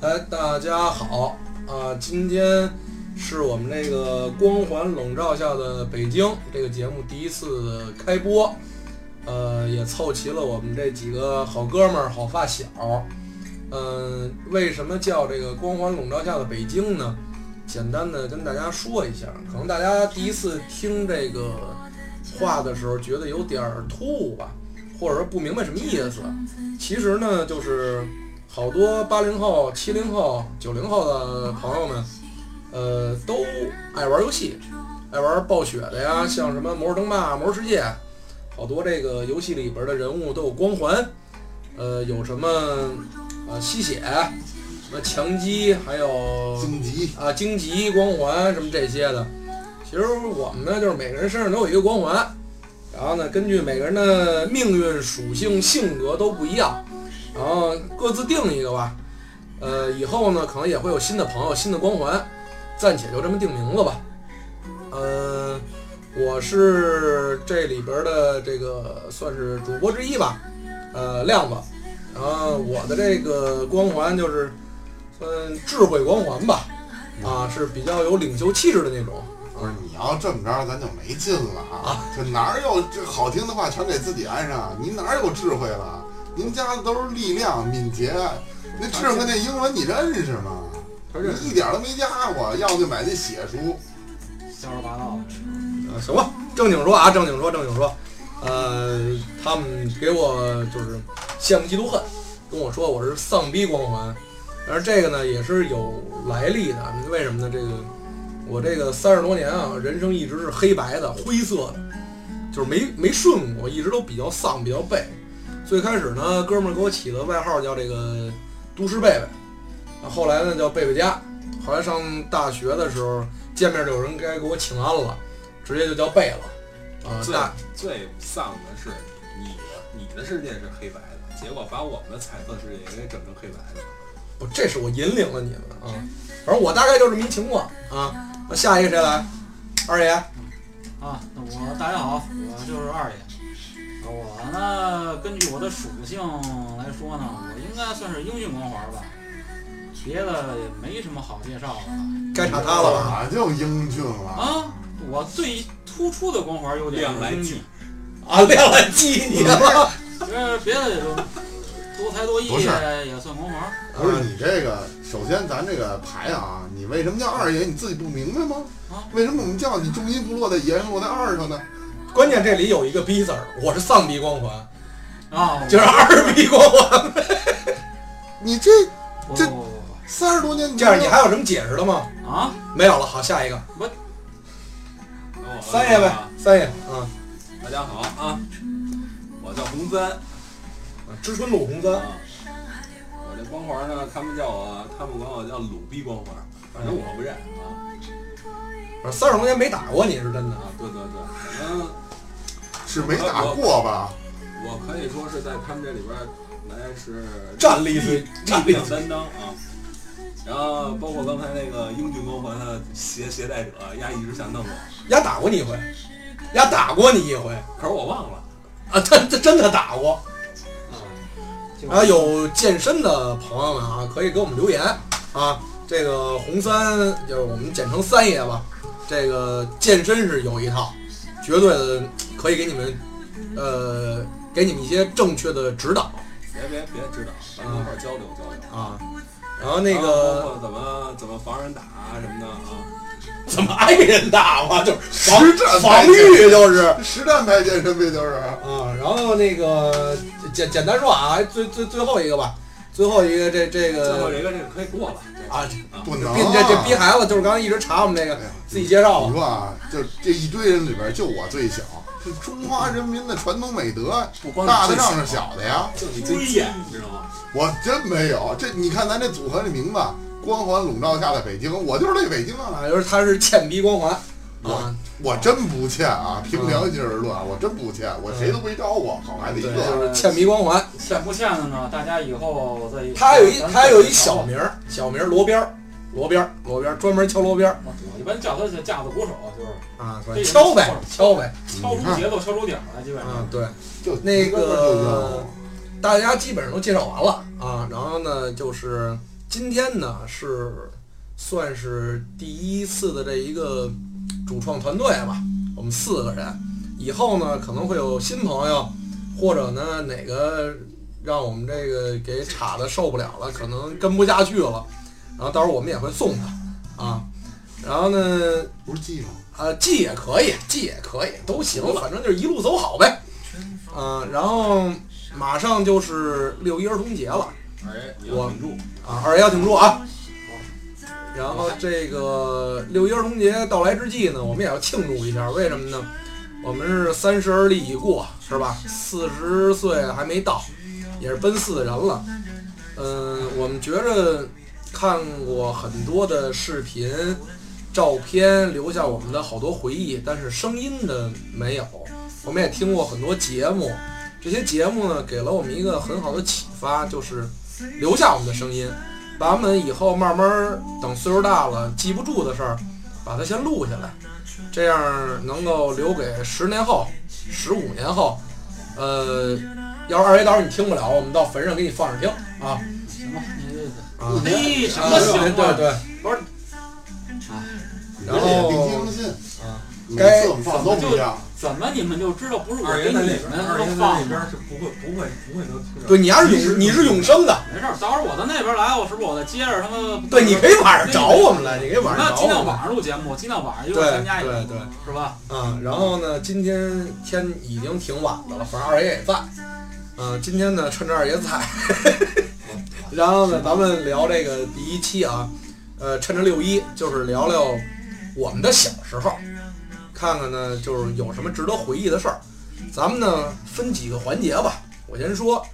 哎，大家好啊！今天是我们这个光环笼罩下的北京这个节目第一次开播，呃，也凑齐了我们这几个好哥们儿、好发小。嗯、为什么叫这个光环笼罩下的北京呢？简单的跟大家说一下，可能大家第一次听这个话的时候觉得有点儿突兀吧，或者说不明白什么意思。其实呢，就是好多八零后、七零后、九零后的朋友们，呃，都爱玩游戏，爱玩暴雪的呀，像什么《魔兽争霸》《魔兽世界》，好多这个游戏里边的人物都有光环，呃，有什么啊吸血，什么强击，还有荆棘，啊，荆棘光环什么这些的。其实我们呢，就是每个人身上都有一个光环，然后呢，根据每个人的命运属性、性格都不一样，然后各自定一个吧。呃，以后呢，可能也会有新的朋友、新的光环，暂且就这么定名字吧。嗯、我是这里边的这个算是主播之一吧，呃，亮子。然后我的这个光环就是，嗯，智慧光环吧。啊，是比较有领袖气质的那种。不是你要这么着，咱就没劲了啊！这哪有这好听的话全给自己安上？您哪有智慧了？您家的都是力量、敏捷，啊那智慧那英文你认识吗？他你一点都没加过，要不就买那血书。瞎说八道的。呃行吧，正经说啊，正经说，正经说。呃，他们给我就是羡慕嫉妒恨，跟我说我是丧逼光环。而这个呢，也是有来历的。为什么呢？这个我这个三十多年啊，人生一直是黑白的、灰色的，就是没没顺过，一直都比较丧，比较背。最开始呢，哥们儿给我起的外号叫这个都市贝贝，啊后来呢叫贝贝家。后来上大学的时候，见面就有人该给我请安了，直接就叫贝了。啊、最大最丧的是你的你的世界是黑白的，结果把我们的彩色世界也给整成黑白的。不，这是我引领了你们啊。反正我大概就这么一情况啊。那下一个谁来？二爷，啊，那我大家好，我就是二爷。呃我呢，根据我的属性来说呢，我应该算是英雄光环吧，别的也没什么好介绍的该查他了吧？啊，就英俊了。啊。我最突出的光环优点亮来技，啊，亮来记你了。这别的也就多才多艺，不是也算光环。嗯 不是你这个，首先咱这个牌啊，你为什么叫二爷？你自己不明白吗啊？为什么我们叫你重音不落在爷上落在二上呢？啊关键这里有一个逼字儿，我是丧逼光环，啊，就是二逼光环。你这不这不不不三十多年，这样你还有什么解释的吗？不啊，没有了，好，下一个，那我三爷呗，三爷，啊，大家好啊，我叫啊红簪知春路红簪，啊。我这光环呢，他们叫我，他们管我叫鲁逼光环，反正我不认啊三十多年没打过你是真的啊，对对对，反正是没打过吧？我可以说是在他们这里边儿来是战力最力量担当啊。然后包括刚才那个英俊光环的携携带者，丫一直想弄我，丫打过你一回，丫打过你一回可是我忘了。啊，他他真的打过。啊，就然后有健身的朋友们啊，可以给我们留言啊。这个红三就是我们简称三爷吧，这个健身是有一套，绝对的可以给你们，呃，给你们一些正确的指导别别别指导，咱们一块儿交流交流。啊。然后那包个括怎么怎么防人打啊什么的啊，怎么挨人打嘛，就是实战防派御就是实战派健身呗，就是啊，然后那个简简单说啊，最最最后一个吧，最后一个这这最后个这个这个可以过了。这个啊，不这能逼这这逼孩子就是刚才一直查我们这个哦哎呀自己介绍你吧，说啊，就这一堆人里边，就我最小，是中华人民的传统美德，不光大的你最让着，小的呀。就你最贱，啊你知道吗？我真没有，这你看咱这组合这名字，光环笼罩下的北京，我就是那北京啊，啊，就是他是欠逼光环啊，我真不嗯欠啊，凭良心而论，我真不欠，我谁都没招我，好孩子一对，个。就是欠逼光环。欠不欠的呢？大家以后再他有一咱们他有一再小名儿，小名儿罗边儿，罗边儿，罗边儿，专门敲罗边儿我一般叫他叫架子鼓手，就是啊，这个敲呗，是敲呗，敲出节奏、敲出点儿来，基本啊上。，对。就那一个个个大家基本上都介绍完了啊，然后呢，就是今天呢是算是第一次的这一个主创团队吧，我们四个人，以后呢可能会有新朋友，或者呢哪个让我们这个给岔的受不了了，可能跟不下去了，然后到时候我们也会送他啊，然后呢不是记吗？啊，记也可以，记也可以，都行，反正就是一路走好呗。嗯、然后马上就是六一儿童节了哎，也要挺住，啊，二幺挺住啊。然后这个六一儿童节到来之际呢，我们也要庆祝一下，为什么呢？我们是三十而立已过，是吧？四十岁还没到，也是奔四的人了。嗯、我们觉着看过很多的视频、照片，留下我们的好多回忆，但是声音的没有。我们也听过很多节目，这些节目呢，给了我们一个很好的启发，就是留下我们的声音，把我们以后慢慢儿等岁数大了记不住的事儿，把它先录下来，这样能够留给十年后、十五年后，呃，要是二爷到时候你听不了，我们到坟上给你放着听啊。行吧，你哎这个啊嘿，什啊么行对对啊？对，你然这也后定期更新，啊每次我们放都不一样。怎么你们就知道不是我二给爷你在那边，们二都爷在那放边的？是不会不会不会能听着。对，你还是永你是永生的，没事儿，到时候我到那边来，我是不是我再接着他们？对，你可以晚上找我们来，你可以晚上那找尽我量们晚。上录节目，尽量晚上，一对会儿参加你对们，对。是吧？啊，然后呢，今天天已经挺晚的了，反正二爷也在。嗯、今天呢，趁着二爷在， 然后呢，咱们聊这个第一期啊，呃，趁着六一，就是聊聊我们的小时候，看看呢，就是有什么值得回忆的事儿。咱们呢分几个环节吧，我先说，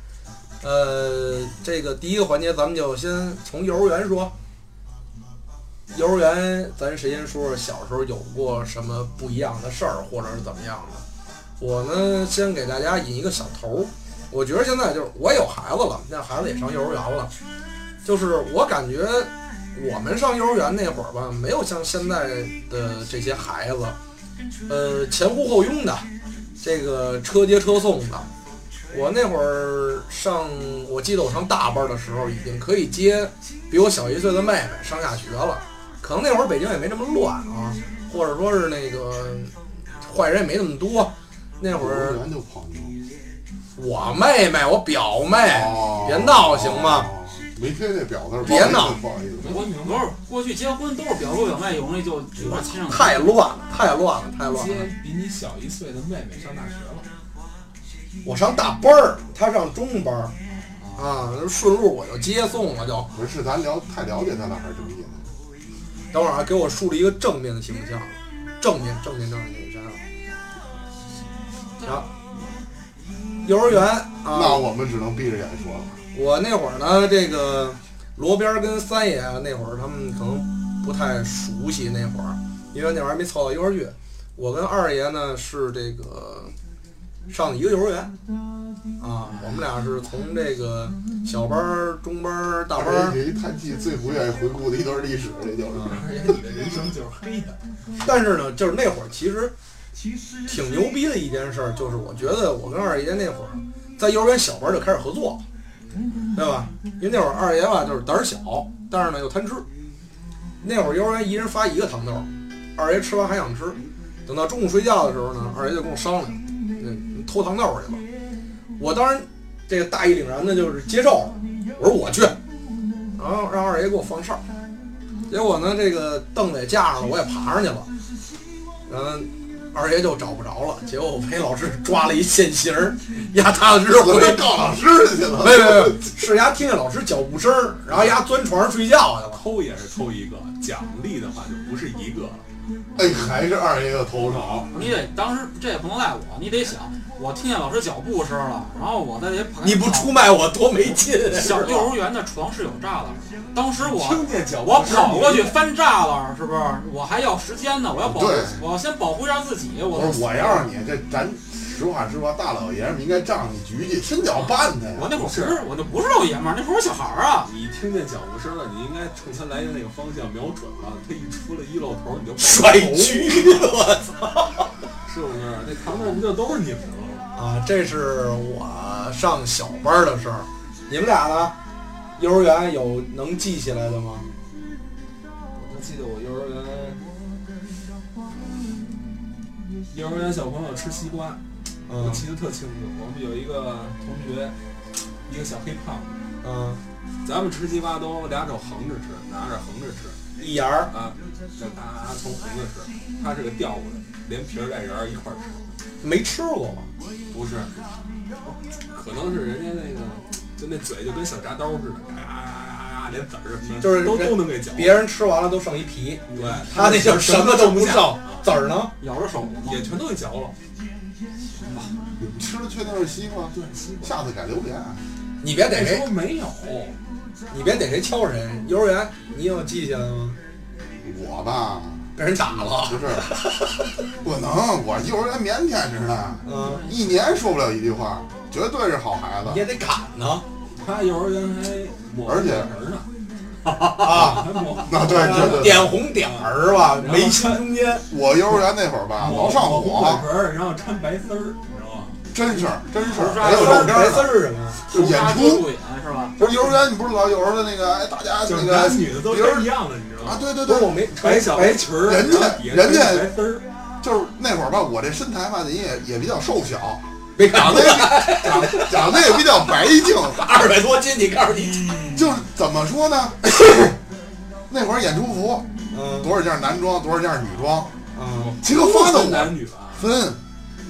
呃，这个第一个环节咱们就先从幼儿园说。幼儿园，咱谁先说说小时候有过什么不一样的事儿，或者是怎么样的？我呢，先给大家引一个小头儿。我觉得现在就是我有孩子了，现在孩子也上幼儿园了，就是我感觉我们上幼儿园那会儿吧，没有像现在的这些孩子，呃，前呼后拥的，这个车接车送的。我那会儿上，我记得我上大班的时候，已经可以接比我小一岁的妹妹上下学了。可能那会儿北京也没这么乱啊，或者说是那个坏人也没那么多。那会幼儿儿园就朋友，我妹妹，我表妹，哦别闹行吗？哦没听见那表字儿，别闹不好意思，不好意思。我不是过去结婚都是表哥表妹，有那就有点亲上太乱了，太乱了，太乱了。接比你小一岁的妹妹上大学 了，我上大班儿，她上中班儿，啊，顺路我就接送了，就不是，咱了太了解他了，还是什么意思？等会儿啊，给我树立一个正面的形象，正面，正面，正面形象。然后啊幼儿园那啊，我们只能闭着眼说了。我那会儿呢，这个罗边儿跟三爷啊那会儿他们可能不太熟悉那会儿，因为那会儿还没凑到一块儿去。我跟二爷呢是这个上一个幼儿园啊，我们俩是从这个小班儿、中班儿、大班儿嗯这一叹气最不愿意回顾的一段历史，这就是。而且你的人生就是黑的。但是呢，就是那会儿其实挺牛逼的一件事儿，就是我觉得我跟二爷那会儿在幼儿园小班就开始合作，对吧？因为那会儿二爷吧就是胆儿小，但是呢又贪吃。那会儿幼儿园一人发一个糖豆儿，二爷吃完还想吃，等到中午睡觉的时候呢，二爷就跟我商量，嗯，偷糖豆儿去了。我当然这个大义凛然的就是接受了，我说我去，然后让二爷给我放哨儿。结果呢，这个凳子也架上了，我也爬上去了，然后二爷就找不着了。结果我被老师抓了一现行儿，丫踏踏实实我回这告老师去了。没没没，是丫听见老师脚步声儿，然后丫钻床上睡觉去了。偷也是偷一个，奖励的话就不是一个了。哎，还是二爷的头脑。你得当时这也不能赖我，你得想，我听见老师脚步声了，然后我在这旁边你不出卖我多没劲！小 幼儿园的床是有栅栏的，当时我听见脚步我声跑过去翻栅栏，是不是？我还要时间呢，我要保护对，我要先保护一下自己。我我说我要是你，这咱实话实说，大老爷们儿应该仗你局去，伸脚绊他呀。我那会儿不是我那不是老爷们儿，那会儿我小孩儿啊。你听见脚步声了，你应该冲他来的那个方向瞄准了。他一出了一露头，你就爆头甩狙，我操！是不是？那糖豆不就都是你们的了吗？啊，这是我上小班儿的事儿。你们俩呢？幼儿园有能记起来的吗？我就记得我幼儿园，幼儿园小朋友吃西瓜，我嗯记得特清楚。我们有一个同学，一个小黑胖子，嗯，咱们吃西瓜都俩手横着吃，拿着横着吃一眼儿啊，就哒从横着吃。他是个调过来的，连皮儿带瓤儿一块儿吃。没吃过吗？不是，可能是人家那个，就那嘴就跟小铡刀似的，嘎嘎嘎嘎，连籽儿什么的就是都人都能给嚼。别人吃完了都剩一皮，对，他那 叫什么都不下剩，籽儿呢？咬着手吗？也全都给嚼了。你们吃的确定是西瓜？对，西瓜。下次改榴莲。你别逮那时谁，候没有，你别逮谁敲谁。幼儿园你有记起来吗？我吧，被人打了。不是， 不能，我幼儿园腼腆着呢，嗯，一年说不了一句话，绝对是好孩你也子。得赶呢。他幼儿园还抹而且眼儿呢，啊，还抹那对对对，点红点儿吧，眉心中间。我幼儿园那会儿吧，老抹上抹红火，粉儿，然后掺白丝儿，你知道吗？真事儿真事头儿，发还有照片白丝儿呢。儿是什么？就演出，眼是吧？不是幼儿园，你不是老有时候那个，哎，大家就是那男个女的都是一样的，你知道啊，吗？对对不是我对，没白小白白裙儿，人家然后底下人家是白丝儿，就是那会儿吧，我这身材吧，也也比较瘦小，没赶长过得也比 长长得也比较白净，二百多斤，你告诉你，嗯就是怎么说 呢？那会儿演出服嗯多少件男装，多少件女装，嗯，结果发的不分男我女吧？分，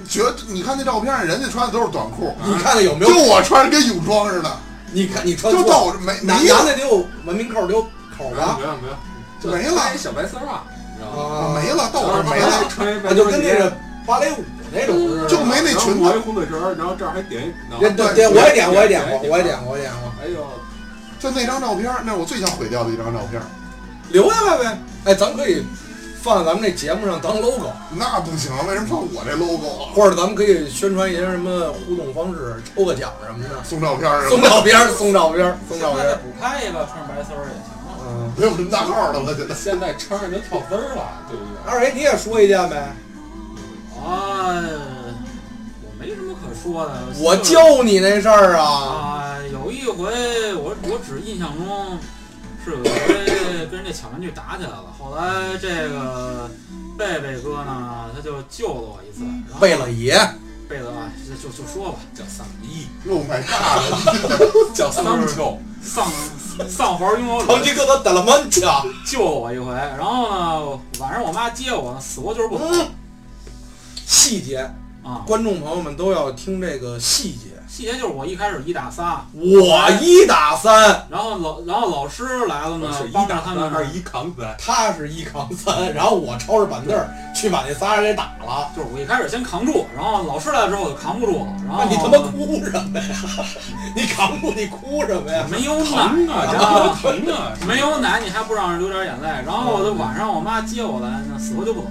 绝你看那照片，人家穿的都是短裤，你看看有没就有？我穿着跟泳装似的，你看你穿就错，到没男没有男的得有文明扣，得有口没有吧？没有没有，就没了穿一小白丝袜，你知道吗？啊，没了，到然我后这没了，穿一白那丝就跟你那个芭蕾舞那种似的。就没那然后裙子抹一红嘴唇儿，然后这儿还点一，然后对对对，我也点，我也点过，我也点过，我也点过，哎呦，就那张照片，那是我最想毁掉的一张照片。留下来呗。哎，咱可以放咱们这节目上当 logo，那不行，为什么放我这 logo 啊？或者咱们可以宣传一些什么互动方式，抽个奖什么的。送照片儿送吗？照片儿，送照片儿，送照现片在儿。补拍一个穿白丝儿也行了。嗯，没有什么大号的了，现在。现在穿上就跳丝儿了，对不对？二爷你也说一件呗，啊，我没什么可说的。我就是救你那事儿啊。啊，有一回我我只印象中是有一回跟人家抢玩具打起来了，后来这个贝贝哥呢，他就救了我一次。然后为了爷，贝勒啊，就就就说吧，叫丧一， Oh my god！叫丧臭，丧丧猴拥有成我吉给他打了啊门枪。救了我一回，然后呢晚上我妈接我呢，死活就是不走嗯，细节，啊。观众朋友们都要听这个细节。细节就是我一开始一打仨，我一打三，然后老然后老师来了呢是，一帮着打他三还们，是一扛三？他是一扛三，然后我抄着板凳儿去把那仨人给打了。就是我一开始先扛住，然后老师来了之后我就扛不住了，然那后你他妈哭什么呀？ 你扛不？你哭什么呀？没有奶疼啊，真的疼啊！ 没有奶你还不让人流点眼泪，然后我就晚上我妈接我来，那死活就不走，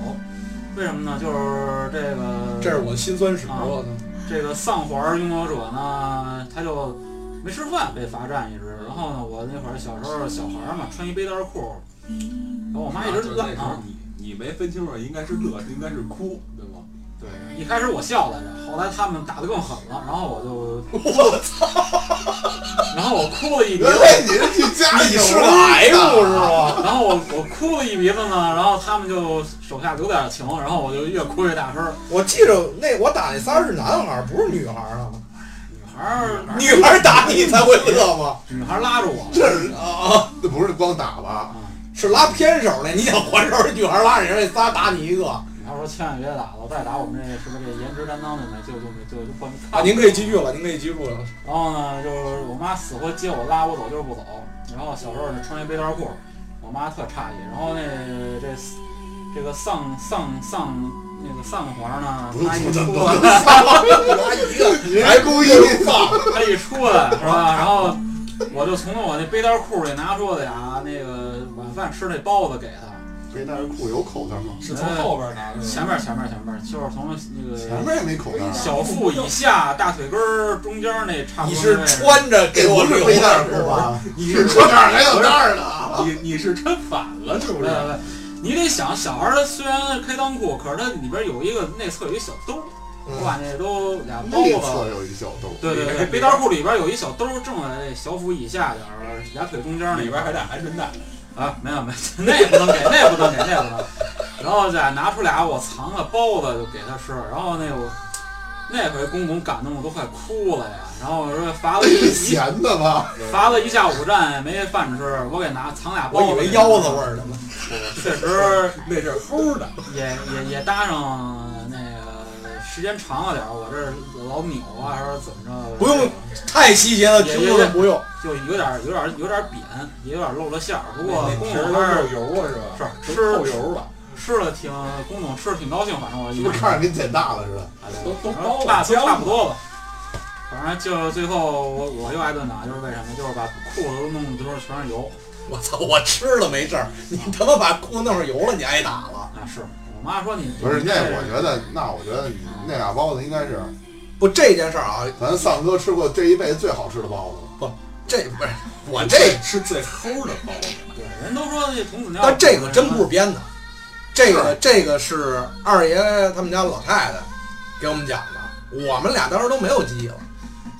为什么呢？就是这个这是我心酸史，啊我操！这个丧环儿拥有者呢，他就没吃饭被罚站一只。然后呢，我那会儿小时候小孩儿嘛，穿一背带儿裤，然后我哎妈一直就是拉那时候啊。你你没分清楚应该是 乐应该是哭，对吗？对，一开始我笑来着，后来他们打得更狠了，然后我就，我然后我哭了一鼻原子，来你是去家里你是个哎啊 M 是吗？然后我我哭了一鼻子呢，然后他们就手下留点情，然后我就越哭越大声儿。我记着那我打那仨是男孩儿，不是女孩儿啊。女孩儿，女孩打你才会乐吗？女孩儿拉着我，这是啊，那不是光打吧？是拉偏手的，你想还手，女孩拉你，那仨打你一个啊！女孩儿说千万别打了，再打我们这是不是这颜值担当就没就就没就就换啊您可以继续了，您可以继续了。然后呢，就是我妈死活接我拉我走就是不走。然后小时候呢穿一背带儿裤，我妈特诧异。然后那这这个丧丧丧那个丧环呢，不用她一这么出多来，拉一个，你还故意放？她一出来是吧？然后我就从我那背带儿裤里拿出我俩那个晚饭吃那包子给她，背带裤有口袋吗？是从后边拿的，前面前面前面就是从那前个面也没口袋啊。小腹以下大腿根儿中间那差不你多是那位置穿着给我这不是留背带的裤啊是吧？你这是裤衩还有袋儿呢？你你是穿反了是不是对？对，你得想，小孩儿他虽然开裆裤，可是他里边有一个内侧有一小兜儿，嗯我把那都俩包内吧。侧有一小洞，对对对，背裆裤里边有一小兜儿，正在小腹以下点儿，俩腿中间儿那里边边儿还带鹌鹑蛋，啊，没有没有，那也不能给，那也不能给，那也不能。然后再拿出俩我藏的包子就给他吃，然后那我那回公公感动的都快哭了呀。然后我说 罚了一是一咸的吧？罚了一下午站没饭吃，我给拿藏俩包我子。以为腰子味儿的呢。确实那是齁的，也也也搭上那个时间长了点儿，我这老扭啊，还是怎么着？不用太细节了，听众们不用。就有点儿有点儿有点儿扁，也有点儿露了馅儿。不过那公皮公儿还是都有油了是吧？都是吃透油啊了，吃了挺，公总吃的挺高兴，反正我是不是看着跟捡大了似的？都都包那了都差不浆。多吧。反正就最后我我又挨顿打，就是为什么？就是把裤子都弄的都是全是油我操，我吃了没事儿，你他妈把裤弄上油了，你挨打了。啊！是我妈说你不是，你那这我觉得，那我觉得你那俩包子应该是不，这件事儿啊，咱丧哥吃过这一辈子最好吃的包子了。这不是我这，是最齁的包子，对人都说那童子尿，但这个真不是编的，这个这个是二爷他们家老太太给我们讲的，我们俩当时都没有记忆了。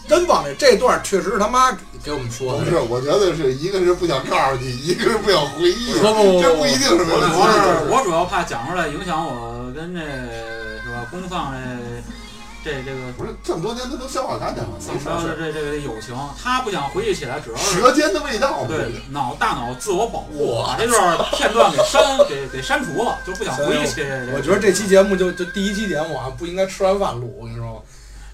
真忘这这段确实是他妈给我们说不的。是，我觉得是一个是不想告诉你， 一个是不想回不忆，不不这不一定是没我有主要关系是我主要怕讲出来影响我跟这是吧公丧这这这个不是这么多年他都消化干净了，丧没事彪儿。的这这个友情，他不想回忆起来，主要是舌尖的味道，对脑大脑自我保护，哇把这段片段给删给给删除了，就不想回忆起这。我觉得这期节目就就第一期节目啊，不应该吃完饭录，我跟你说吗？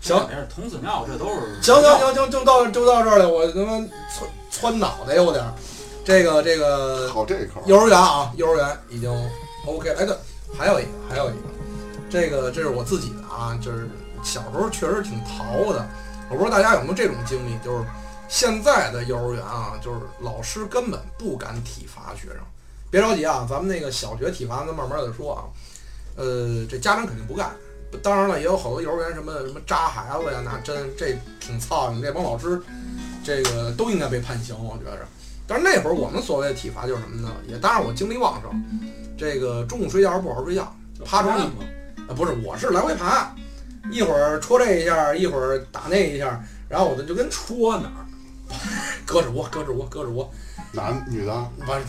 行没事，童子尿这都是行行行行，就到就到这儿了，我他妈窜窜脑袋有点儿。这个这个好这口儿。幼儿园啊，幼儿园已经 OK 了。哎，对，还有一个，还有一个，这个这是我自己的啊，就是小时候确实挺淘的。我不知道大家有没有这种经历，就是现在的幼儿园啊，就是老师根本不敢体罚学生。别着急啊，咱们那个小学体罚咱慢慢再说啊。呃，这家长肯定不干。当然了，也有好多幼儿园什么什么扎孩子呀、拿针，这挺操你这帮老师，这个都应该被判刑，我觉着。但是那会儿我们所谓的体罚就是什么呢？也当然我精力旺盛，这个中午睡觉时候不好好睡觉，趴床上嘛，啊，不是，我是来回爬，一会儿戳这一下，一会儿打那一下，然后我就就跟戳哪儿，搁着我，搁着我，搁着我，男女的，完了，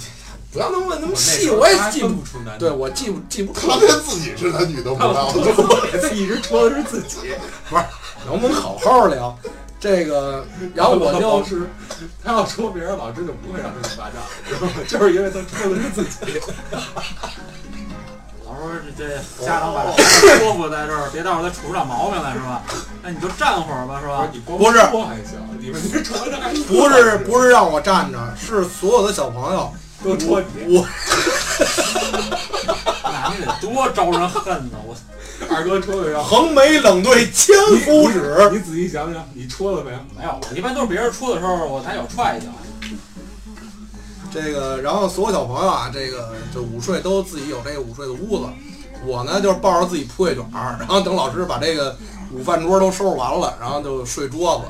不要那么问那么那细，时候我也他还记分不，不出男女对我记不 记不住他，连自己是男女都不知道。我给他一直戳的是自己，不是，能不能好好聊？这个，然后我他就老师，他要说别人，老师就不会让他去罚站，知道吗？就是因为他戳的是自己。老师这这家长把哦孩子托付在这儿，别到时候他杵出点毛病来是吧？那你就站会儿吧是 吧？你光不是戳还行，你们这戳的还不是不是让我站着，是所有的小朋友都戳你。我那你得多招人恨呐！我二哥戳的要横眉冷对千夫指，你仔细想想，你戳了没有？没有，我一般都是别人出的时候我拿脚踹一脚。这个，然后所有小朋友啊，这个就午睡都自己有这个午睡的屋子。我呢就是抱着自己铺一卷儿，然后等老师把这个午饭桌都收拾完了，然后就睡桌子。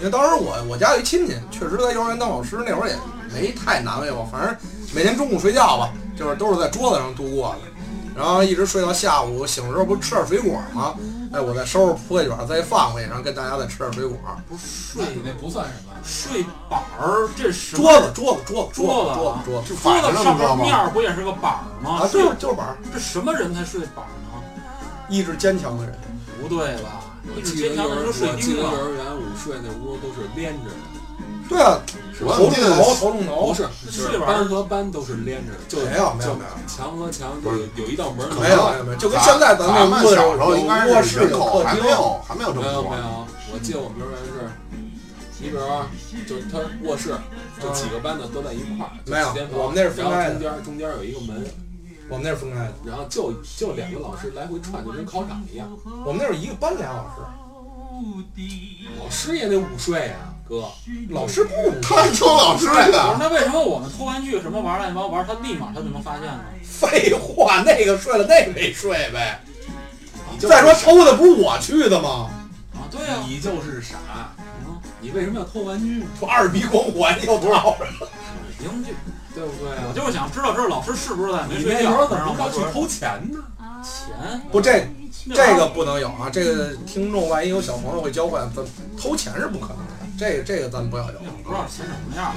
因为当时我我家有一亲戚，确实在幼儿园当老师那会儿也没太难为我，反正每天中午睡觉吧，就是都是在桌子上度过的，然后一直睡到下午，醒的时候不吃点水果吗？哎，我再收拾铺一卷儿，再放回去，然后跟大家再吃点水果。不是睡你那不算什么。睡板儿，这是桌子桌子桌子桌子桌子桌子就桌反着子了，上你知道面面吗？儿不也是个板儿吗？啊，就是就是玩儿，这什么人才睡板儿呢？意志坚强的人。不对吧？我一直记得坚幼强的儿，是水我记晶得幼吧？儿园午睡那屋都是连着的，对啊，我头记中得头，头中不头。是，就是班和班都是连着的，就没有没有就没有墙和墙就有一道门儿，没有没有没有，就跟现在咱咱们们屋子小时候应该有卧是室人有口客还厅没，有还没有这没么有多没。有，我记得我们幼儿园是，你比如啊就是他卧室，就几个班的都在一块儿，就没有几间房我们那是分开然后中的间中间有一个门，我们那是分开的，然后就就两个老师来回串，就跟考场一样。我们那是一个班俩老师，老师也得午睡呀，哥，老师不他是邱老师我说的，那为什么我们偷玩具什么玩儿乱七八糟玩儿，他立马他就能发现呢？废话，那个睡了那没睡呗。你就是再说偷的不是我去的吗？啊，对呀、你就是傻，啊，你为什么要偷玩具？我二逼光环又跑了，英剧，对不对我啊？就是想知道这老师是不是在没你睡那时觉，候怎能么让不知道我去说偷钱呢？钱？不这这个不能有啊！这个听众万一有小朋友会交换，咱偷钱是不可能的。这个这个咱们不要有那。会儿不知道钱什么样儿，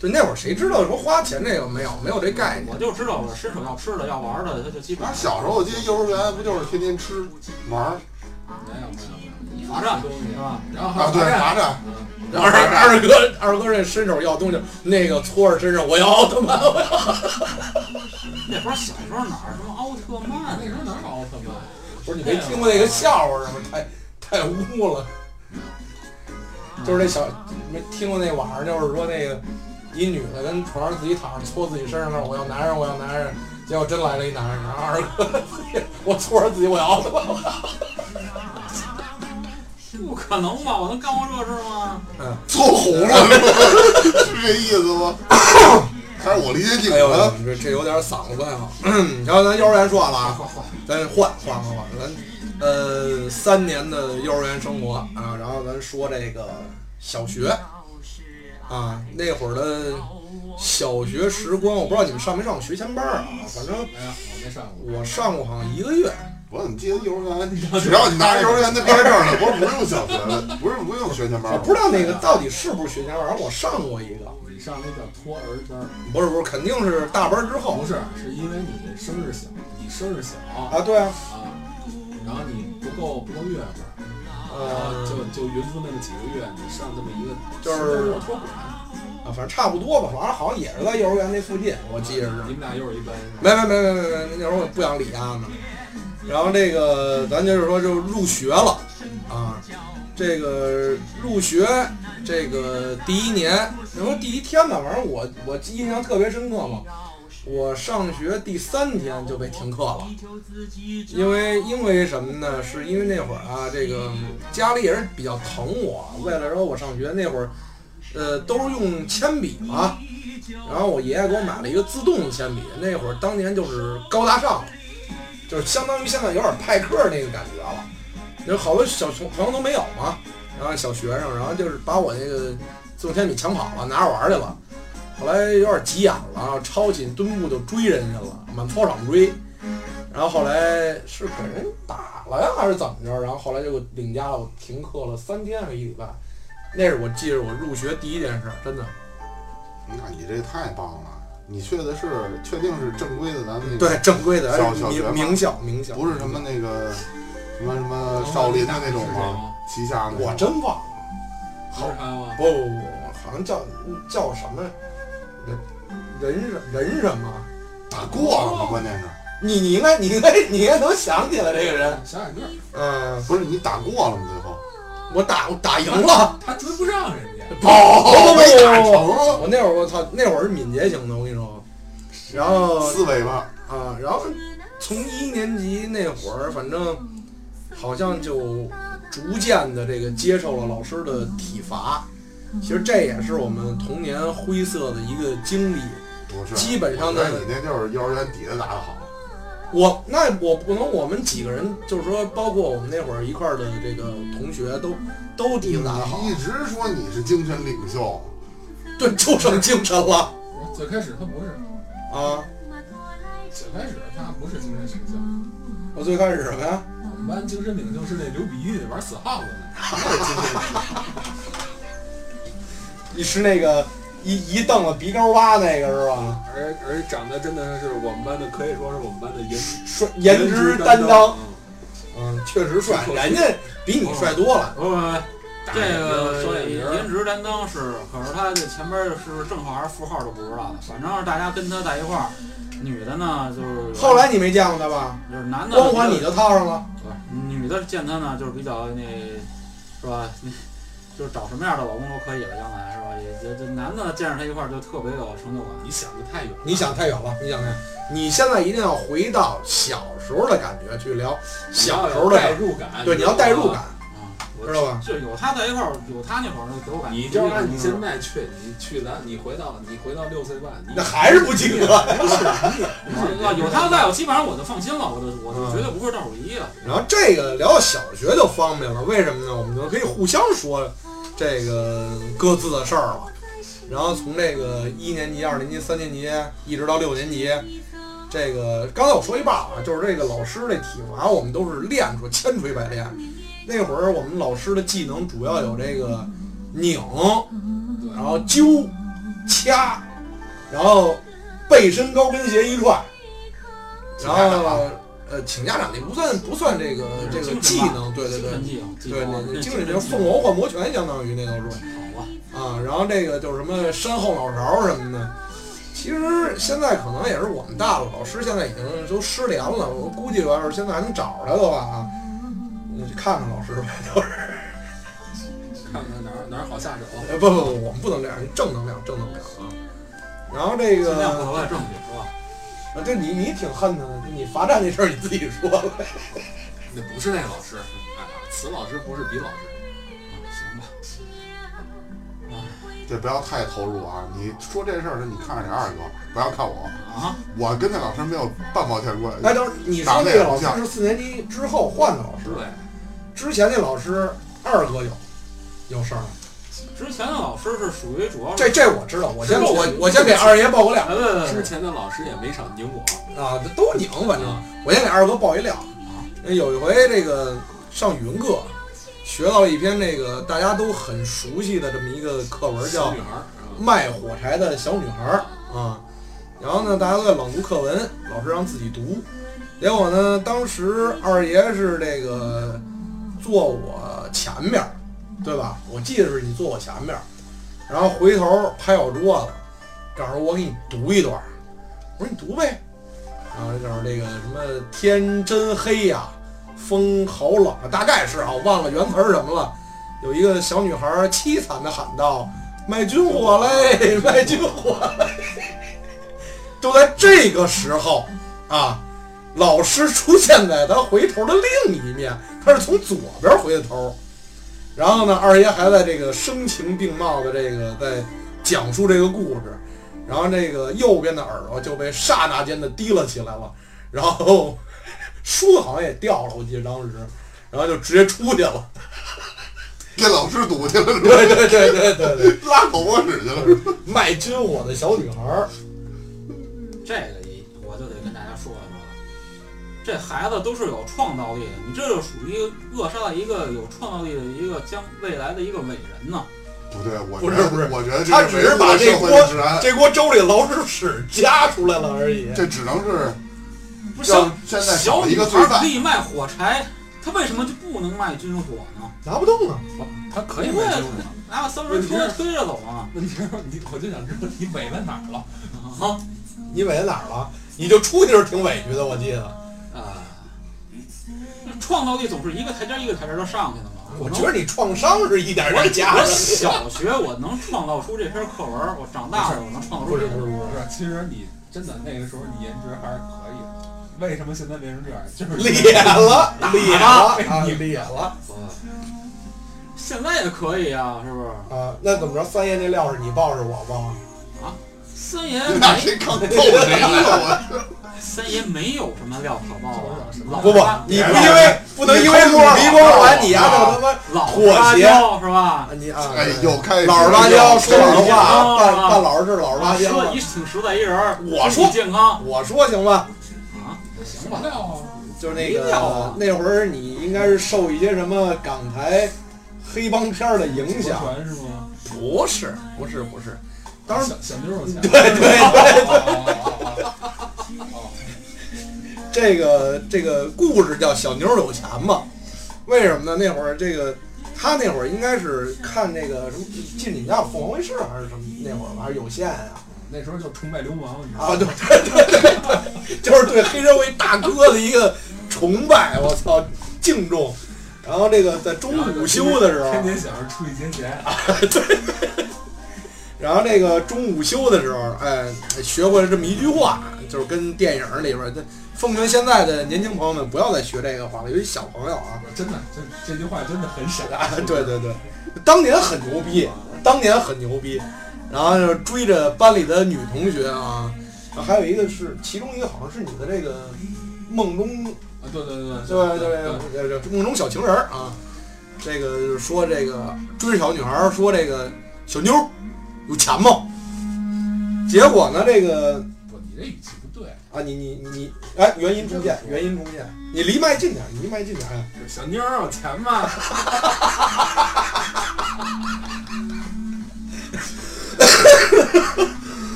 对，那会儿谁知道说花钱这个没有没有这概念？我就知道我伸手要吃的要玩的，他就基本反上正小时候我记得幼儿园不就是天天吃玩儿没有没有没有，你罚站东西啊是吧？然后还啊？有对，罚站拿着二二哥二哥这伸手要东西，那个搓着身上我要奥特曼，我要那会儿小时候哪儿什么奥特曼啊那，时候哪有奥特曼啊？不是你没听过那个笑话是吗？太太污了，就是那小没听过那网上就是说那个一女的跟床上自己躺着搓自己身上那儿我要男人我要男人，结果真来了一男人，然后二哥自己我搓着自己我要奥特曼，我要不可能吧？我能干过这事儿吗？做红了，是吧 是这意思吗？还是我理解你哎呦，们？这这有点嗓子不太好。 然后咱幼儿园说完了啊，咱换换换换，咱呃三年的幼儿园生活啊，然后咱说这个小学啊，那会儿的小学时光，我不知道你们上没上过学前班啊，反正没有，我没上过。我上过好像一个月。我怎么记得幼儿园？只要你拿幼儿园的毕业证了，不是不用小学的，不是不用学前班我儿，不知道那个到底是不是学前班，反正我上过一个，你上那叫托儿班儿，不是不是，肯定是大班之后不是，是因为你生日小，你生日小啊，啊，对啊，然后你不够不够月份儿，然后呃，就就匀出那么几个月，你上那么一个就是托管，啊，反正差不多吧，反正好像也是在幼儿园那附近，我记着是。你们俩又是一班，没没没没没没，那会儿我不想理他们。然后这个咱就是说就入学了啊，这个入学这个第一年，然后第一天吧，反正我我印象特别深刻嘛。我上学第三天就被停课了，因为因为什么呢？是因为那会儿啊，这个家里也是比较疼我，为了说我上学那会儿，呃，都是用铅笔嘛、然后我爷爷给我买了一个自动的铅笔，那会儿当年就是高大上了，就是相当于现在有点派克那个感觉了，有好多小朋朋友都没有嘛，然后小学生，然后就是把我那个自动铅笔抢跑了，拿着玩儿去了，后来有点急眼了，然后抄起墩布就追人去了，满操场追，然后后来是给人打了呀，还是怎么着？然后后来就给我领家了，我停课了三天还是一礼拜，那是我记着我入学第一件事儿，真的。那你这太棒了！你去的是确定是正规的咱们那个，对，正规的，小而且小学嘛名名校名校，不是什么那个什么什么少林的那种吗？旗下的我真忘了，不是他吗？不不不，好像叫叫什么人人什人什么？打过了吗？关键是你你应该你应该你应该能想起来这个人，小矮个儿，嗯，不是你打过了吗？最后我打我打赢了，他追不上人家，跑没打成，我那会儿我操，那会儿是敏捷型的，我跟你说，然后四尾巴，啊，然后从一年级那会儿，反正好像就逐渐的这个接受了老师的体罚。其实这也是我们童年灰色的一个经历。不是，基本上呢我觉得你那就是幼儿园底下打的好，我那我不能，我们几个人就是说，包括我们那会儿一块儿的这个同学都，都底子打得好你，一直说你是精神领袖，对，就剩精神了最开始他不是，啊！最开始他不是精神领袖，我最开始什么呀？我们班精神领袖是那刘比玉玩死耗子的，你是那个一一凳子鼻高挖那个是吧？而而长得真的是我们班的，可以说是我们班的颜值帅颜值嗯担当，。嗯，确实帅，是人家比你帅多了。不不不，这个双眼皮儿颜值担当是，可是他这前边是不是正号还是负号都不知道的，反正是大家跟他在一块儿，女的呢就是后来你没见过他吧？就是男的光环你就套上了，女的见他呢就是比较那是吧， 就是找什么样的老公都可以了，将来是吧？也这这男的见着他一块儿就特别有成就感。你想的太远了，你想太远了，你想太远。你现在一定要回到小时候的感觉去聊小时候的代感入感，觉，对，你要代入。感，啊，我知道吧？就有他在一块儿，有他那会儿就啊给我感觉。你就按你现在去，你去咱，你回到你回到六岁半，你那还是不及格。啊，有他在，我基本上我就放心了，我就我嗯就绝对不会倒数第一了。然后这个聊到小学就方便了，为什么呢？我们就可以互相说这个各自的事儿了。然后从这个一年级、二年级、三年级一直到六年级，这个刚才我说一半啊，就是这个老师那体罚，我们都是练出千锤百炼。那会儿我们老师的技能主要有这个拧，对然后揪、掐，然后背身高跟鞋一踹，然后呃，请家长那不算不算这个这个技能，对对精对神技能，对对对，精神精神技就是能凤凰换魔拳，相当于那都是。好啊，啊，然后这个就是什么山后脑勺什么的。其实现在可能也是我们大了，老师现在已经都失联了。我估计我要是现在还能找着他的话啊，你去看看老师吧。 就是看看哪儿哪儿好下手。哎不不不，我们不能这样，正能量，正能量啊。然后这尽量不个，留下证据是吧？啊对你你挺恨他的，你罚站那事儿你自己 说了。那不是那老师，哎，此老师不是彼老师。啊行吧，这不要太投入啊！你说这事儿，你看着这二哥，不要看我，啊，我跟那老师没有半毛钱关系。哎，等会儿你说那个老师是四年级之后换的老师，对，之前那老师二哥有有事儿。之前的老师是属于主要是这这我知道，我先之后我我先给二爷报个料哎对对之对，前的老师也没少拧我。啊，都拧反正。我先给二哥爆一料，啊有一回这个上语文课，学到了一篇这个大家都很熟悉的这么一个课文，叫小《女孩儿，啊卖火柴的小女孩》儿啊。然后呢，大家都在朗读课文，老师让自己读。结果呢，当时二爷是这个坐我前面儿，对吧？我记得是你坐我前面儿，然后回头拍我桌子，告诉我给你读一段儿。我说你读呗。然后告诉这个什么天真黑呀、风好冷啊，大概是啊，我忘了原词儿什么了。有一个小女孩儿凄惨的喊道：“卖军火嘞，卖军火嘞！”就在这个时候啊，老师出现在他回头的另一面，他是从左边回的头。然后呢，二爷还在这个声情并茂的这个在讲述这个故事，然后这个右边的耳朵就被刹那间的提了起来了，然后书好像也掉了，我记得当时，然后就直接出去了。给老师堵去了 是吧，对对对对对对，拉口播室去了是吧。卖军火的小女孩儿，这个也我就得跟大家说一说了，这孩子都是有创造力的，你这就属于扼杀了一个有创造力的一个将未来的一个伟人呢。不对，我不觉是得不是我觉得他这只是维护把了这社会锅的治安，这锅粥里老鼠屎夹出来了而已。这只能是不是让像现在小少一女个罪孩可犯。以卖火柴，她为什么就不能卖军火呢？拿不动啊！他可以卖军火。拿个三轮车推着走啊！问题是你，我就想知道你尾在哪儿了。啊你委屈哪儿了？你就出去是挺委屈的，我记得。啊！创造力总是一个台阶一个台阶就上去的嘛。我能觉得你创伤是一点儿我点加我的。小学我能创造出这篇课文，我长大了我能创造不出是这不篇。是不不是，其实你真的那个时候你颜值还是可以的。为什么现在变成这样？就是是，裂了裂了啊你裂了现在也可以啊，是不是？啊！那怎么着？三爷那料是你爆是我爆？三爷那没谁啊坑揍谁了？啊我三爷没有什么料可爆啊，老不不花，你不因为不能因为你离光环，你按照他妈老妥花协椒是吧？你啊，哎，又开始老实巴交，说老实话，啊办办老实事，老实啊巴交。说你挺实在一人儿，我身体说健康我说行吧，啊，行什么吧，料啊？就是那没料啊个那会儿你应该是受一些什么港台黑帮片儿的影响，全是吗？不是不是不是，当时小小妞儿有钱。 对对对，哦。 这个这个故事叫小妞儿有钱嘛？为什么呢？那会儿这个他那会儿应该是看那个什么进你们家有凤凰卫视还是什么那会儿吧，还是有线啊呀、那时候就崇拜流氓，你知道啊，吗？对对对对对，就是对黑社会大哥的一个崇拜，我操，敬重。然后这个在中午午休的时候，啊天天想着出去劫钱，然后这个中午休的时候，哎，学会了这么一句话，就是跟电影里边儿，这奉劝现在的年轻朋友们不要再学这个话了，尤其小朋友啊。真的，这这句话真的很 傻。啊， 对对对，当年很牛逼，当年很牛逼。然后就是追着班里的女同学啊，然后还有一个是，其中一个好像是你的这个梦中啊，对对对对吧对吧对吧梦中小情人儿啊，这个就是说这个追小女孩儿说这个小妞儿有钱吗？结果呢，这个不，你这语气不对。对，啊，你你你你，哎，原音重现，原音重现，你离麦近点，你离麦近点，哎小妞儿有钱吗？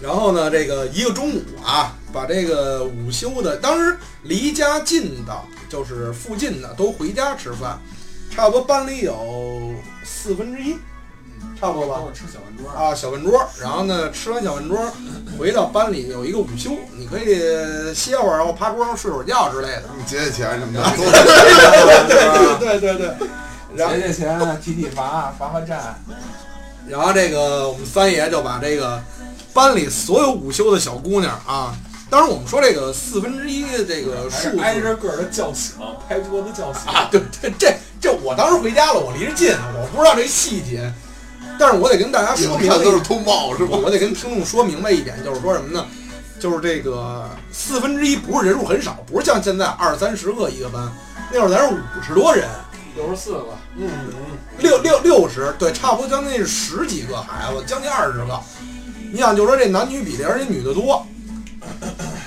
然后呢，这个一个中午啊，把这个午休的，当时离家近的，就是附近的都回家吃饭，差不多班里有四分之一，差不多吧都。是吃小饭桌儿。啊，小饭桌，然后呢，吃完小饭桌，回到班里有一个午休，你可以歇会儿，然后趴桌上睡会儿觉之类的。你借借钱什么的， 对对对，然后谁借钱，体体罚，罚罚站。然后这个我们三爷就把这个班里所有午休的小姑娘啊，当然我们说这个四分之一这个还数是字挨着个儿的叫醒，拍桌子叫醒。啊，对对，这这我当时回家了，我离着近，我不知道这细节，但是我得跟大家你说们明看白一都是通报是吧？我得跟听众说明白一点，就是说什么呢？就是这个四分之一不是人数很少，不是像现在二三十个一个班，那会儿咱是五十多人，六十四个，嗯，六六六十，对，差不多将近十几个孩子，将近二十个。你想，就说这男女比例，而且女的多，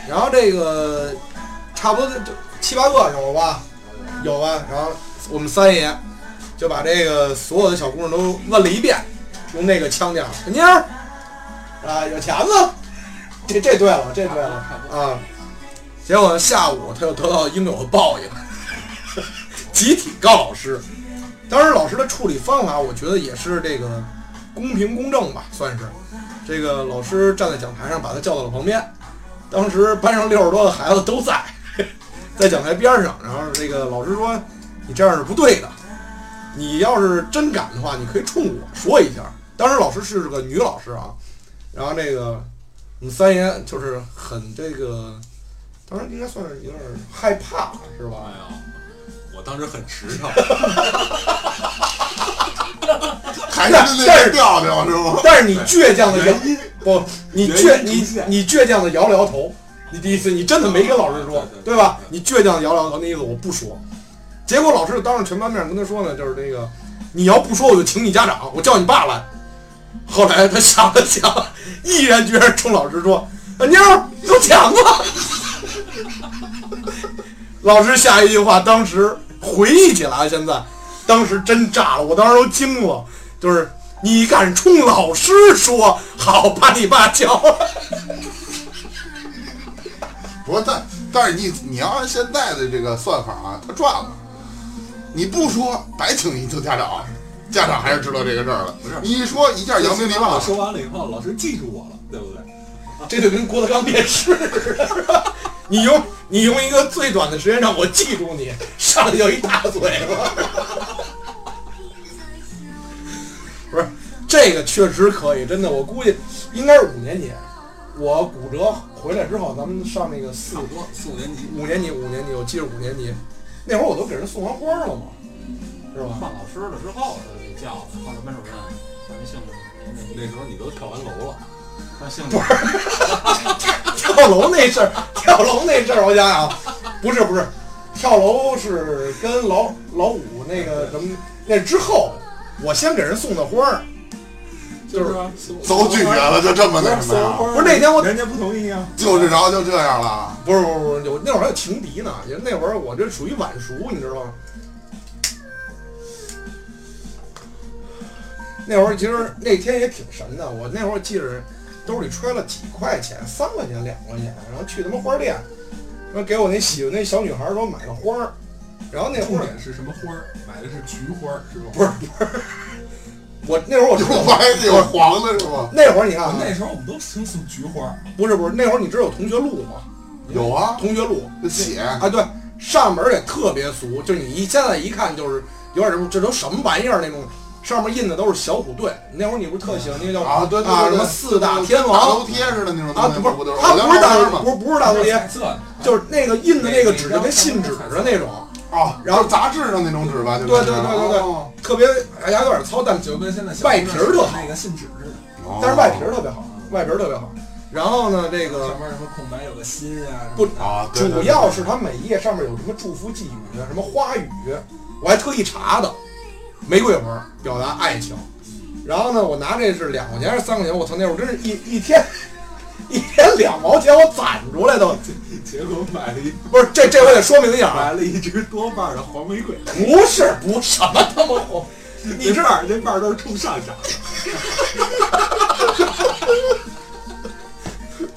然后这个差不多就七八个有吧，有吧。然后我们三爷就把这个所有的小姑娘都问了一遍，用那个腔调，小妞儿啊，有钱吗？这这对了，这对了啊。结果下午他又得到应有的报应，集体告老师。当然，老师的处理方法，我觉得也是这个公平公正吧，算是。这个老师站在讲台上，把他叫到了旁边。当时班上六十多个孩子都在， 在讲台边上。然后这个老师说：“你这样是不对的，你要是真敢的话，你可以冲我说一下。”当时老师是个女老师啊。然后这个我们三爷就是很这个，当时应该算是有点害怕，是吧？哎呀，我当时很啊实诚，还是那那调调是吗？但是你倔强的摇不，你倔原因你出现你倔强的摇了摇头，你第一次你真的没跟老师说，对对对对吧？你倔强的摇了摇头，那意思我不说。结果老师当着全班面跟他说呢，就是那个你要不说我就请你家长，我叫你爸来。后来他想了想，毅然决然冲老师说：“啊妞儿，都抢了。” 老师下一句话，当时回忆起来，现在当时真炸了，我当时都惊了，就是你敢冲老师说好，把你爸叫了。 不过但但是你你要按现在的这个算法啊，他赚了。你不说，白请一次家长，家长还是知道这个事儿了。不是你一说一下扬名立万我了，说完了以后，老师记住我了，对不对？这就跟郭德纲面试似的，你用你用一个最短的时间让我记住你，上来就一大嘴巴。 不是，这个确实可以，真的，我估计应该是五年级，我骨折回来之后，咱们上那个四差不多四五年级，五年级，五年级，我记着五年级，那会儿我都给人送完花了嘛，是吧？换老师了之后就给叫了，换了班主任，换了性质，那时候你都跳完楼了，换性质不。 跳楼那事儿，跳楼那事儿，我想想，啊，不是不是，跳楼是跟老老五那个什么那之后，我先给人送的花儿，就是是都拒绝了，就这么那什么呀？不不是那天我人家不同意啊。就是然后就这样了。不是不是不是，我那会儿还有情敌呢，就那会儿我这属于晚熟，你知道吗？那会儿其实那天也挺神的，我那会儿记着兜里揣了几块钱，三块钱、两块钱，然后去他妈花店，说给我那喜欢那小女孩儿说买个花儿，然后那会重儿点是什么花儿？买的是菊花儿，是吧？不是 我那会儿我知有道，白的有黄的是吗？那会儿你看啊，那时候我们都兴送菊花儿，不是不是那会儿你知道有同学录吗？有啊，同学录，那血啊，对，上面也特别俗，就是你一现在一看就是有点什么，这都什么玩意儿那种，上面印的都是小虎队。那会儿你不是特喜欢那个叫啊，对对啊对，什对么四大跟天大王头贴似的那种啊东，西，不不是都，是他不是大头头吗？不不是大头彩贴，色的，就是那个印的那个纸就跟信纸的那种，啊，然后就是杂志上那种纸吧，就是对对对对对哦特别哎呀有点糙，但就跟现在小外皮儿特好那个信纸似的，但是外皮儿特别好，外皮儿特别好。然后呢，这个上面什么空白有个心啊，不什么的啊，对主要是它每一页上面有什么祝福寄语，什么花语，我还特意查的，玫瑰花表达爱情。然后呢，我拿这是两块钱还是三块钱？我操，那会儿真是一一天， 一天两毛钱我攒出来的，结果买了一不是这这我得说明一下啊，买了一只多瓣的黄玫瑰，不是不什么他妈红，你这知瓣道儿这瓣儿都是冲上涨，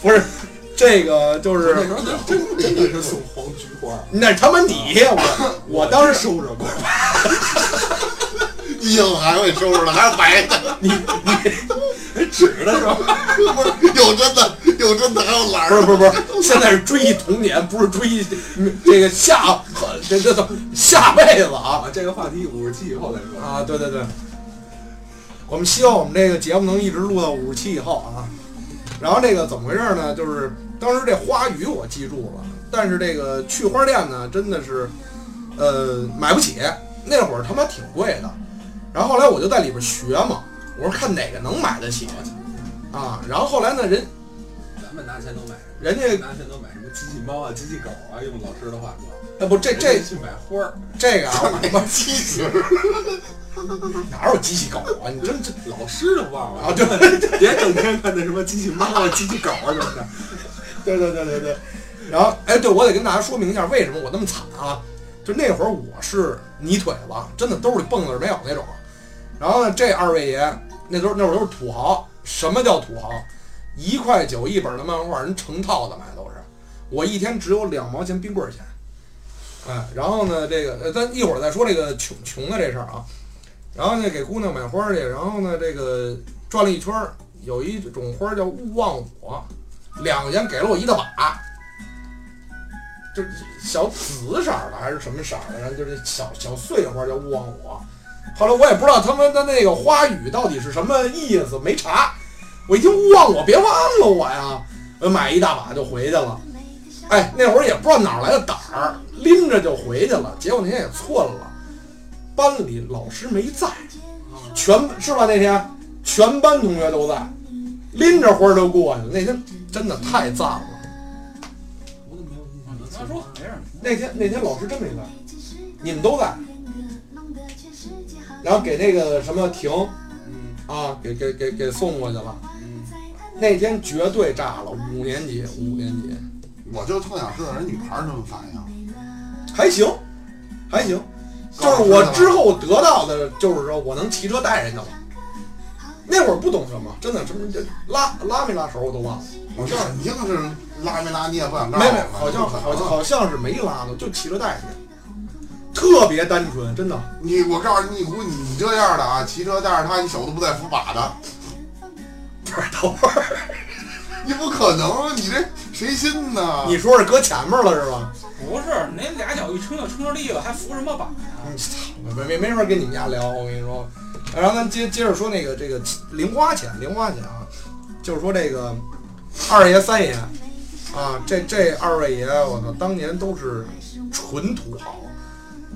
不是这个就那时是候咱真真的是送黄菊 花，那他妈你我我当时时收 着过，硬还会收拾了，还是白的，纸的时候不是有真的，有真的，还有蓝不是儿。不是不是， 现在是追忆童年，不是追忆这个下这这这下辈子啊啊，这个话题五十期以后再说。啊！对对对，我们希望我们这个节目能一直录到五十期以后啊。然后这个怎么回事呢？就是当时这花语我记住了，但是这个去花店呢，真的是呃买不起，那会儿他妈挺贵的。然后后来我就在里边学嘛，我说看哪个能买得起啊。然后后来呢，人咱们拿钱都买什么？人家拿钱都买什么？机器猫啊，机器狗啊，用老师的话说，呃不这这人家去买花儿，这个 啊，买七十， 哪有机器狗啊？你真真老师的话嘛啊，对 别整天看那什么机器猫啊、机器狗啊什么的。 对对对对对。然后，哎，对，我得跟大家说明一下，为什么我那么惨啊？就那会儿我是泥腿子，真的兜里蹦子儿没有那种。然后呢，这二位爷那都是那会儿都是土豪。什么叫土豪？一块九一本的漫画，人成套的买都是。我一天只有两毛钱冰棍儿钱。哎，然后呢，这个呃，咱一会儿再说这个穷穷的这事儿啊。然后呢，给姑娘买花儿去，然后呢，这个转了一圈儿，有一种花儿叫勿忘我。两块钱给了我一大把，就是小紫色儿的还是什么色儿的，然后就是小小碎花叫勿忘我。后来我也不知道他们的那个花语到底是什么意思，没查。我一听勿忘我，别忘了我呀，我买一大把就回去了。哎，那会儿也不知道哪儿来的胆儿，拎着就回去了。结果那天也错了，班里老师没在，全是吧？那天全班同学都在，拎着花儿就过去了。那天真的太赞了。我怎么没有印象？嗯你跟他说没事儿，那天那天老师真没在，你们都在，然后给那个什么婷嗯啊，给给给给送过去了。嗯，那天绝对炸了，五年级五年级我就特想知道人女孩儿什么反应。还行，还行。就是我之后得到的，就是说我能骑车带人家了。那会儿不懂什么，真的什么这拉拉没拉手我都忘了，我这肯定是拉没拉你也不想告没诉没，啊我好像好像好像是没拉的，就骑车带去，特别单纯，真的。你我告诉你，你估计你这样的啊，骑车带着他，你手都不带扶把的，不是等会儿，你不可能，你这谁信呢？你说是搁前面了是吧？不是那俩脚一撑就撑着地了，还扶什么把呀？嗯操，没没没法跟你们家聊，我跟你说。然后咱接接着说那个这个零花钱，零花钱啊，就是说这个二爷三爷啊，这这二位爷，我操，当年都是纯土豪。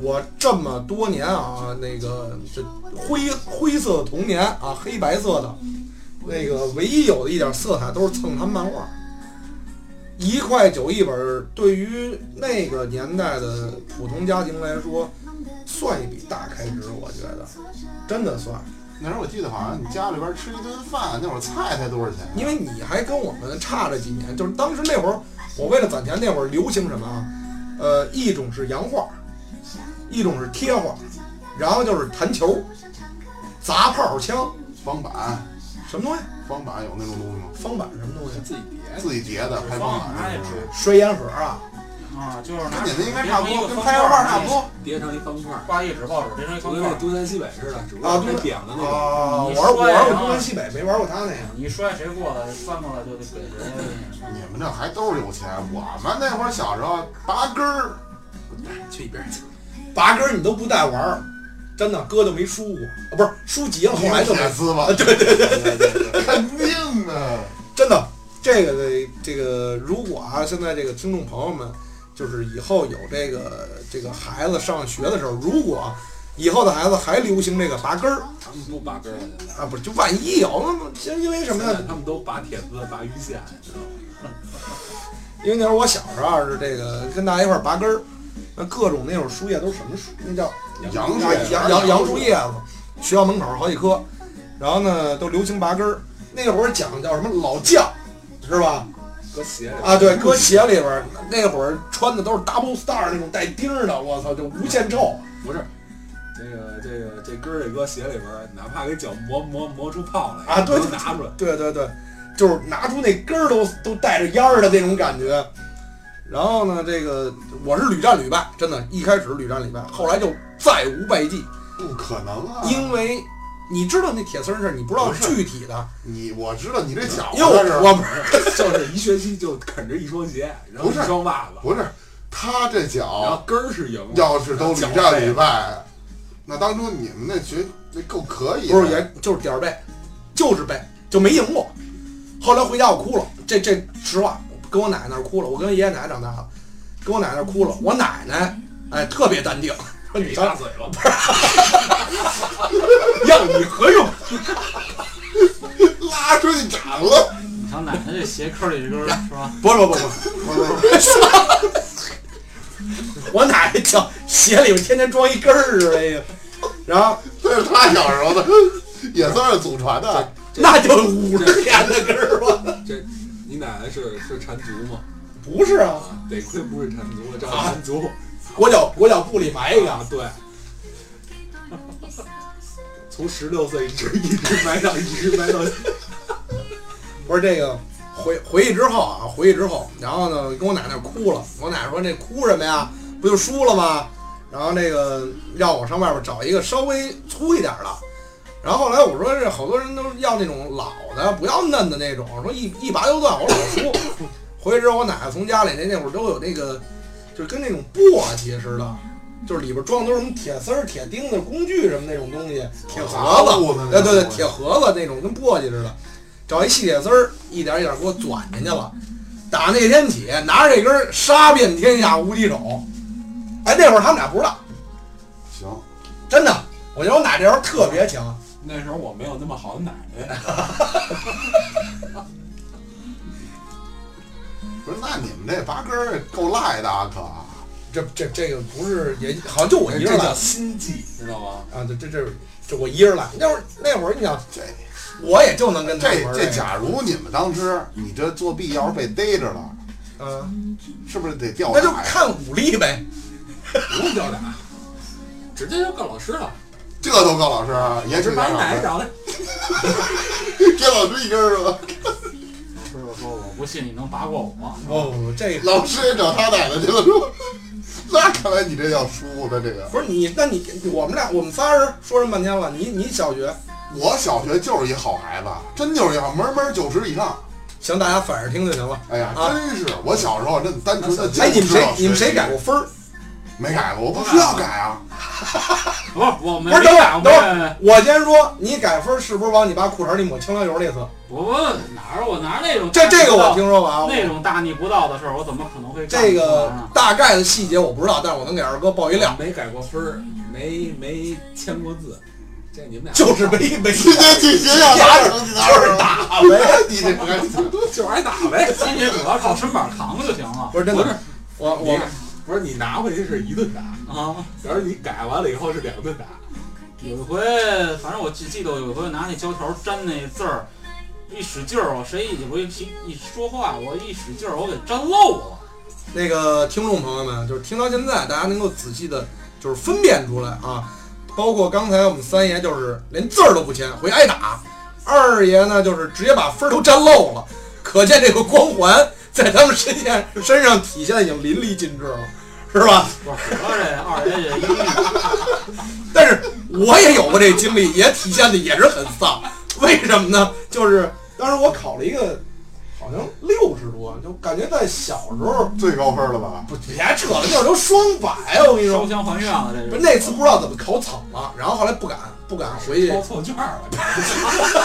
我这么多年啊，那个这灰灰色的童年啊，黑白色的，那个唯一有的一点色彩都是蹭他们漫画。一块九一本儿，对于那个年代的普通家庭来说，算一笔大开支，我觉得真的算，那时候我记得好像你家里边吃一顿饭，那会儿菜才多少钱？因为你还跟我们差着几年，就是当时那会儿，我为了攒钱，那会儿流行什么啊？呃，一种是洋画，一种是贴画，然后就是弹球、砸炮枪，方板，什么东西？方板有那种东西吗？方板什么东西？自己叠的。自己叠的拍方板那种东西。摔烟盒啊？啊，就是哎拿跟你纸那应该差不叠成多，一个跟方拍块油儿画差不，多。叠成一方块儿，挂一纸报纸叠成一就方跟块那儿。东南西北似的，只不啊过东是南扁的那种。啊，我玩我你摔玩过啊东南西北，没玩过他那个。你摔谁过了，翻过了就得 给谁。你们这还都是有钱，我们那会儿小时候拔根儿，去一边去！拔根儿你都不带玩儿，真的哥就没输过，啊，不是输急了，后来就没铁丝吧，啊对对对 对肯定的。真的，这个的这个，如果啊，现在这个听众朋友们，就是以后有这个这个孩子上学的时候，如果啊以后的孩子还流行这个拔根儿他们不拔根儿了，现在啊，不是，就万一有，那么就因为什么现呀在？他们都拔铁丝、拔鱼线，你知道吗？因为那时候我小时候啊是这个跟大家一块儿拔根儿，那各种那种树叶都是什么树？那叫杨树杨叶杨杨杨树叶子，学校门口好几棵，然后呢都流行拔根儿。那会儿讲叫什么老将，是吧？搁鞋里。啊，对，搁鞋里边儿，那会儿穿的都是 double star 那种带钉儿的，我操，就无限臭。不是，这个这个这根儿得搁鞋里边儿，哪怕给脚磨磨磨出泡来啊对都拿出来。 对对对，就是拿出那根儿都都带着烟儿的那种感觉。然后呢，这个我是屡战屡败，真的，一开始屡战屡败，后来就再无败绩，不可能啊！因为你知道那铁丝儿是你不知道具体的，你我知道你这脚因为这是我我不是就是一学期就啃着一双鞋，然后一不是双袜子，不是他这然脚后根儿是赢了。要是都屡战屡败，那当初你们那学那够可以的，不是也就是点儿背，就是背，就没赢过。后来回家我哭了，这这实话，跟我奶奶那儿哭了，我跟爷爷奶奶长大了，跟我奶奶那儿哭了，我奶奶哎特别淡定，说你给当大嘴巴， 要你何用？拉出去斩了。你瞧奶奶这鞋扣里这根儿是 吧？不是不是不是不是不是，我奶奶脚鞋里边天天装一根儿似的，然后这是他小时候的，也算是祖传的。那就五十年的根儿吧？这你奶奶是是缠足吗？不是啊，啊，得亏不是缠足了，这要缠足，裹脚裹脚布里埋一个，啊对。从十六岁一直一直埋到一直埋 到，不是这个回回去之后啊，回去之后，然后呢跟我奶奶哭了，我奶奶说这哭什么呀？不就输了吗？然后那个让我上外边找一个稍微粗一点的。然后后来我说这好多人都要那种老的，不要嫩的那种，说一一拔就断，我老输。回去之后，我奶奶从家里那那会儿都有那个，就是跟那种簸箕似的，就是里边装的都是什么铁丝儿、铁钉子、工具什么那种东西，铁盒子。子哎，对对，铁盒子那种跟簸箕似的，找一细铁丝儿，一点一点给我钻进去了。打那天起，拿着这根儿杀遍天下无敌手。哎，那会儿他们俩不知道，行，真的，我觉得我奶这时候特别强。那时候我没有那么好的奶奶，不是那你们这拔根儿够赖的啊，可。这这这个不是也好像就我一这人来叫心计，知道吗？啊，这这这这我一人来。那会儿那会儿你想，这我也就能跟他们这玩这，家，假如你们当时你这作弊要是被逮着了，嗯，是不是得吊那就打呀？看武力呗。不用吊打，直接就告老师了，这都告老师，也直只接把你 奶奶找来。给老师一根儿吧。老师傅说我不信你能拔过我，嗯哦，这老师也找他奶奶去了，是吧？那看来你这要输的这个。不是你，那你我们俩我们仨人说这么半天了，你你小学我小学就是一好孩子，真就是一好，门门九十以上。行，大家反着听就行了。哎呀，啊真是！我小时候真的单纯的就哎，你们知谁道学习你们谁改过？分儿？没改过，我不需要改 啊！不是我没不是等会儿没改我先说，你改分儿是不是往你爸裤衩里抹清凉油那次？过，我问哪儿我哪儿那种这这个我听说过啊。那种大逆不道的事儿，我怎么可能会干这出个来呢大概的细节我不知道，但是我能给二哥爆一料，没改过分儿，没没签过字，这你们俩就是没没直接去学 校打成绩单儿打 呗。啊你这个就是挨打呗。今天主要靠身板扛就行了不是真不是的，我你我不是你拿回去是一顿打，啊。然后你改完了以后是两顿打，有一回，反正我记记得我有一回拿那胶条粘那字儿，一使劲儿，我谁一我一一说话，我一使劲儿，我给粘漏了。那个听众朋友们，就是听到现在，大家能够仔细的，就是分辨出来啊。包括刚才我们三爷就是连字儿都不签，回挨打；二爷呢就是直接把分儿都占漏了，可见这个光环在他们身上身上体现得已经淋漓尽致了，是吧？我说这二爷这英语但是我也有过这经历，也体现的也是很丧。为什么呢？就是当时我考了一个好像六十多，就感觉在小时候 最高分了吧？不别扯了，那会儿都双百，我跟你说烧。香还愿了，这不是是那次不知道怎么考惨了，然后后来不敢不敢回去抄，错卷儿了。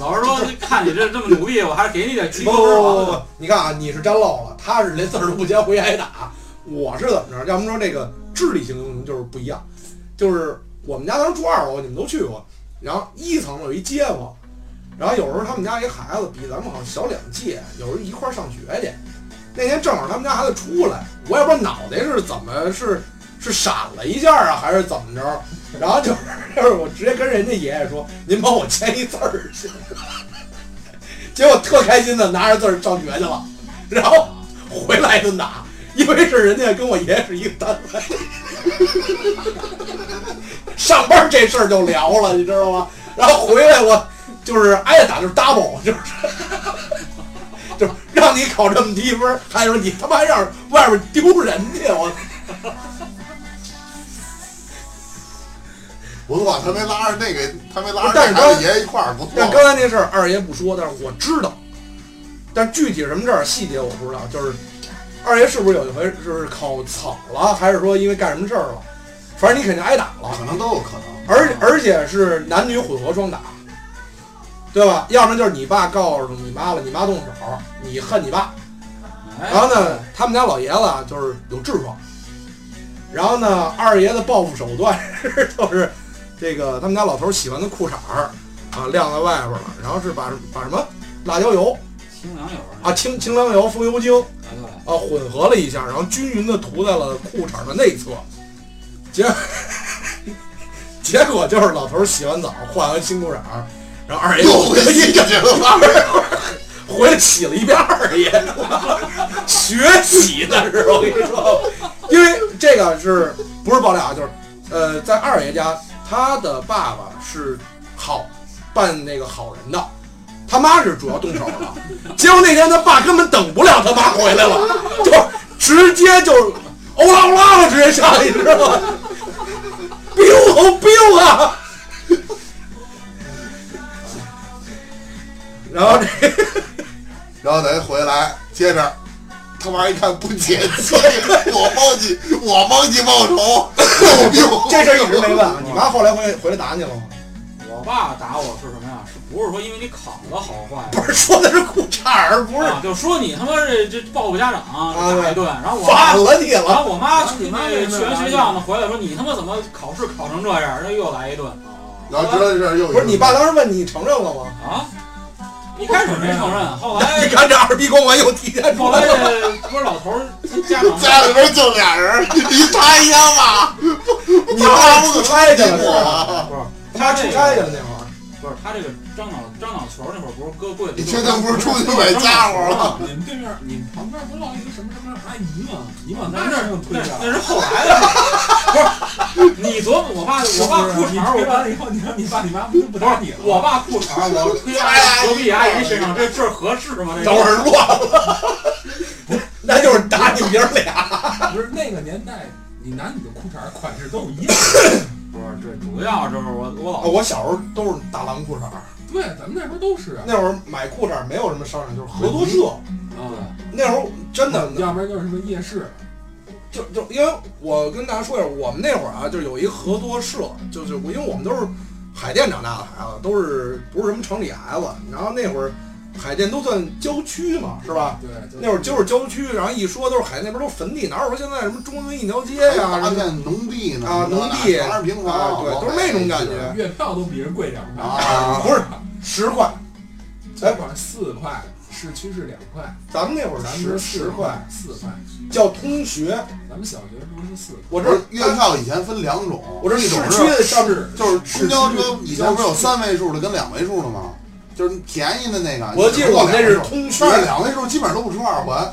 老师说，看你这这么努力，我还是给你点提不高不分不不啊吧。不，你看啊，你是沾漏了，他是连字儿都不接回挨打，我是怎么着？要么说这个智力型英雄就是不一样，就是我们家当时住二楼，你们都去过，然后一层有一街坊，然后有时候他们家一孩子比咱们好像小两届，有时候一块儿上学去，那天正好他们家孩子出来，我也不知道脑袋是怎么是是闪了一下啊，还是怎么着，然后就是就是我直接跟人家爷爷说，您帮我签一字儿去。结果特开心的拿着字儿上学去了，然后回来一顿打，因为是人家跟我爷爷是一个单位。 上班这事儿就聊了，你知道吗？然后回来我就是挨着打就是 double，就是 就是让你考这么低分儿，还说你他妈还让外边丢人去，我不错，他没拉着那个，他没拉着但是那刚俩爷一块儿，不错。但刚才那事儿二爷不说，但是我知道，但具体什么事儿细节我不知道。就是二爷是不是有一回是考草了，还是说因为干什么事儿了？反正你肯定挨打了，可能都有可能。而而且是男女混合双打，对吧？要不然就是你爸告诉你妈了，你妈动手，你恨你爸。哎，然后呢，他们家老爷子啊就是有痔疮，然后呢，二爷的报复手段 是就是这个他们家老头儿喜欢的裤衩儿啊晾在外边儿了，然后是把把什么辣椒油清凉友啊清清凉油、风油精啊对，啊混合了一下，然后均匀的涂在了裤衩儿的内侧，结 结果就是老头儿洗完澡换完新裤衩儿，然后二爷又回 一去个了吧？回来洗了一遍二爷，学习的是吧我跟你说，因为这个是不是爆料啊？就是呃，在二爷家，他的爸爸是好办那个好人的，他妈是主要动手的。结果那天他爸根本等不了他妈回来了，就直接就欧啦欧啦的直接上，去，你知道吗？biu 哦 biu 啊！然后这。然后咱回来接着，他妈一看不解气，我帮你，我帮你报仇，有病！ 这事儿一直没问。你妈后来回回来打你了吗？我爸打我是什么呀？是不是说因为你考的好坏？不是说的是裤衩儿，不啊，就说你他妈这这报复家长啊打一顿，然后我妈反了你然了。后我妈啊去你妈那为个什么去完打学你校呢，回来说你他妈怎么考试考成这样？然后又来一顿然后知道这事儿又不是你爸当时问你承认了吗？啊！一开始没承认，后来看 这二逼光环又体现后来这不是老头儿家长家里边就俩人，你他一家吧，你妈出差去了是吧？我。不是他出差去了那会儿，不是他这个张脑张脑球那会儿不是搁柜里，你确定不是出去买家伙了？你们对面，你们旁边不落一个什么什么阿姨吗？你往那那是儿推那着，那是后来的，不是你琢磨我爸是我不爸是裤你衩儿推我爸完了以后，你让你爸你妈不就不不打你了是吗？我爸裤衩儿我推阿姨隔壁阿姨身上，这这合适吗？这等会儿乱了， 那就是打你爷儿俩。 不是那个年代，你男女的裤衩儿款式都一样。不是这主要就是我我老哦我小时候都是大蓝裤衩儿，对，咱们那边都是啊。那会儿买裤衩儿没有什么商场，就是合作社。嗯那会儿真的要不然就是什么夜市，就就因为我跟大家说一下，我们那会儿啊，就有一合作社，就是我因为我们都是海淀长大的孩子，都是不是什么城里孩子，然后那会儿海淀都算郊区嘛，是吧？对，就那会儿就是郊区，然后一说都是海淀那边都是坟地，哪有说现在什么中关一条街呀、发什么现农地呢？啊农地全是平啊房，对都是那种感觉月票都比人贵两块，啊。不是十块，这块儿四块，市区是两块，咱们那会儿咱们十是十四块块，四块，叫通学，咱们小学时候是四块。我不这啊是月票以前分两种，我这一市种区是的上面是就是公交车以前不是有市区三位数的跟两位数的吗？就是便宜的那个，我记得我们那是通呃你只区不过两位数，但是两位数基本上都不出二环，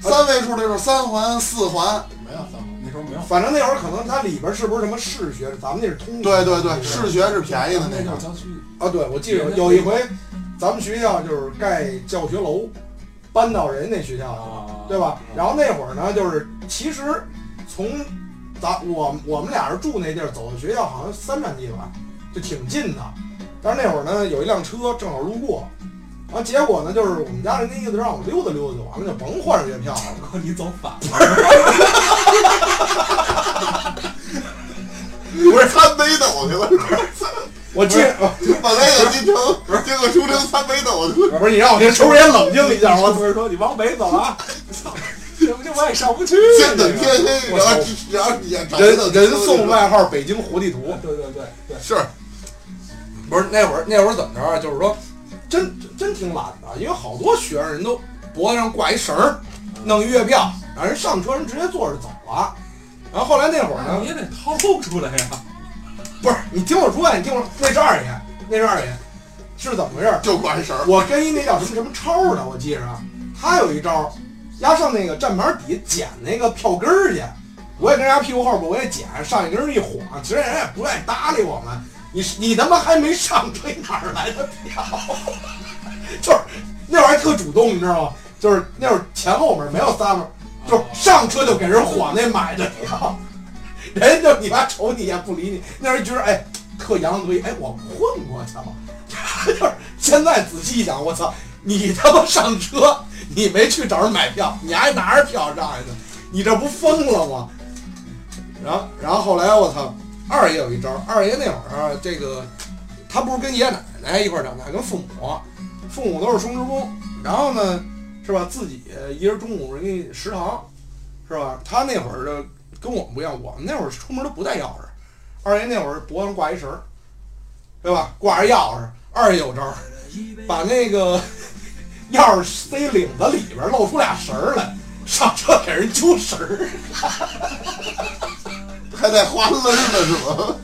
三位数的就是三环、四环。没有三块，那时候没有。反正那会儿可能它里边是不是什么市学，咱们那是通学对对对，视觉是便宜的那那叫个。郊区，啊，对，我记得有一回，咱们学校就是盖教学楼，搬到人那学校去了，啊对吧？然后那会儿呢，就是其实从咱我我们俩人住那地儿走到学校好像三站地吧，就挺近的。但是那会儿呢，有一辆车正好路过，然后结果呢，就是我们家人那意思让我溜达溜达就完了，就甭换月票了。 后你走反了，不是三杯斗去了，我记得把那个进城，结果出城三杯斗去了。不是你让我先抽根烟冷静一下，我不是说你往北走啊，这不就我也上不去先这等个天黑，然后然后也找人不到人车送外号“北京活地图”。对对对对，是不是那会儿那会儿怎么着啊？就是说，真真挺懒的，因为好多学生人都脖子上挂一绳儿，弄一月票，然后人上车人直接坐着走了。然后后来那会儿那呢你，也得掏出来呀。啊啊不是你听我说呀，你听我说，那是二爷，那是二爷。是怎么回事儿？就管神儿，我跟一那叫什么什么超呢，我记着啊，他有一招，丫上那个站牌底下捡那个票根儿去，我也跟人家屁股后边我也捡，上一根儿一晃，其实人家也不愿意搭理我们。你你他妈还没上追哪儿来的票？ 就是那玩意儿特主动，你知道吗？就是那会儿前后面没有撒门，就是上车就给人晃那买的票， 人就你妈瞅你也不理你，那人觉得哎特洋嘴，哎我混过去了。就是现在仔细一想，我操，你他妈上车，你没去找人买票，你还拿着票上来的，你这不疯了吗？然后，然后后来我操，二爷有一招，二爷那会儿啊这个，他不是跟爷爷奶奶一块儿长大，跟父母，父母都是双职工，然后呢，是吧，自己一人中午人家食堂，是吧？他那会儿就跟我们不一样，我们那会儿出门都不带钥匙，二爷那会儿脖上挂一绳儿，对吧？挂着钥匙，二爷有招儿，把那个 钥匙塞领子里边儿，露出俩绳儿来，上车给人揪绳儿。还带花轮的是吧？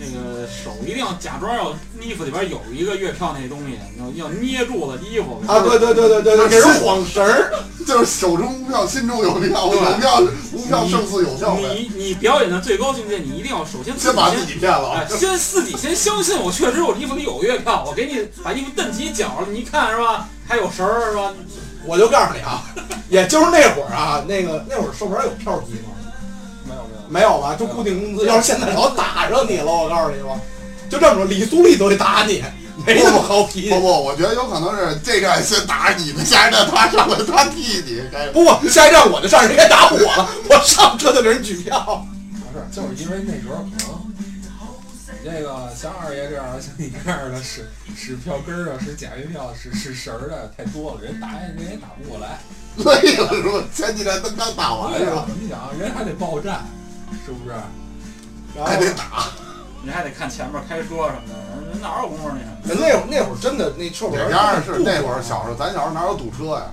那个手一定要假装要衣服里边有一个月票那东西，要要捏住了衣服啊，对对对对对对， 给人晃绳儿。就是手中无票，心中有票，有票无票胜似有票呗。你你表演的最高境界，你一定要首先自先己把自己骗了哎，，先自己先相信我，确实我衣服里有月票，我给你把衣服蹬起脚了，你一看是吧？还有绳儿是吧？我就告诉你啊，也就是那会儿啊，那个那会儿手边有票机吗？没有没有，没有吧？就固定工资。要是现在老打上你了，我告诉你吧，就这么说，李苏丽都得打你，没那么好脾不气。不，我觉得有可能是这个先打你的，下一站他上来他替你，该不不，下一站我就上人该打我了，我上车就给人举票。不是，就是因为那时候可能这个像二爷这样，像你这样的使使票根儿啊，使假月票，使使绳儿的太多了，人打人也打不过来。累了是吧？前几站他刚打哦完对是啊呀吧？，你想啊人还得报站，是不是？然后还得打，你还得看前面开车什么的，人哪有功夫那什么？那会儿那会儿真的那臭这玩家是那会儿小时候，咱小时候哪有堵车呀？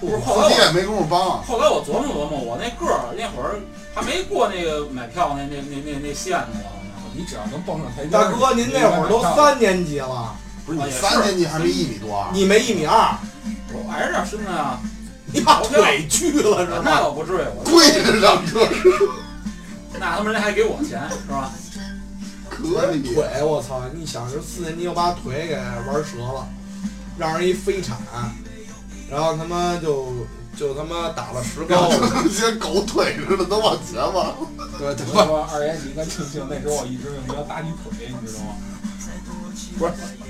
不是后来司机我也没工夫帮，啊后来我琢磨琢磨，我那个儿那会儿还没过那个买票那那那那那线呢，你只要能蹦上台阶，大哥，您那会儿都你就能买票三年级了，不是啊你也是三年级还没一米多啊？你没一米二，我挨着点身子呀，你把腿锯了是那吗？倒不至于，我跪着上车那他妈人还给我钱是吧？可以，腿，我操！你想，就四年级就把腿给玩折了，让人一飞铲，然后他妈就就他妈打了石然膏后，像狗腿似的都往前吧。对对我跟你说二爷，你应该庆幸那时候我一直用要搭你腿，你知道吗？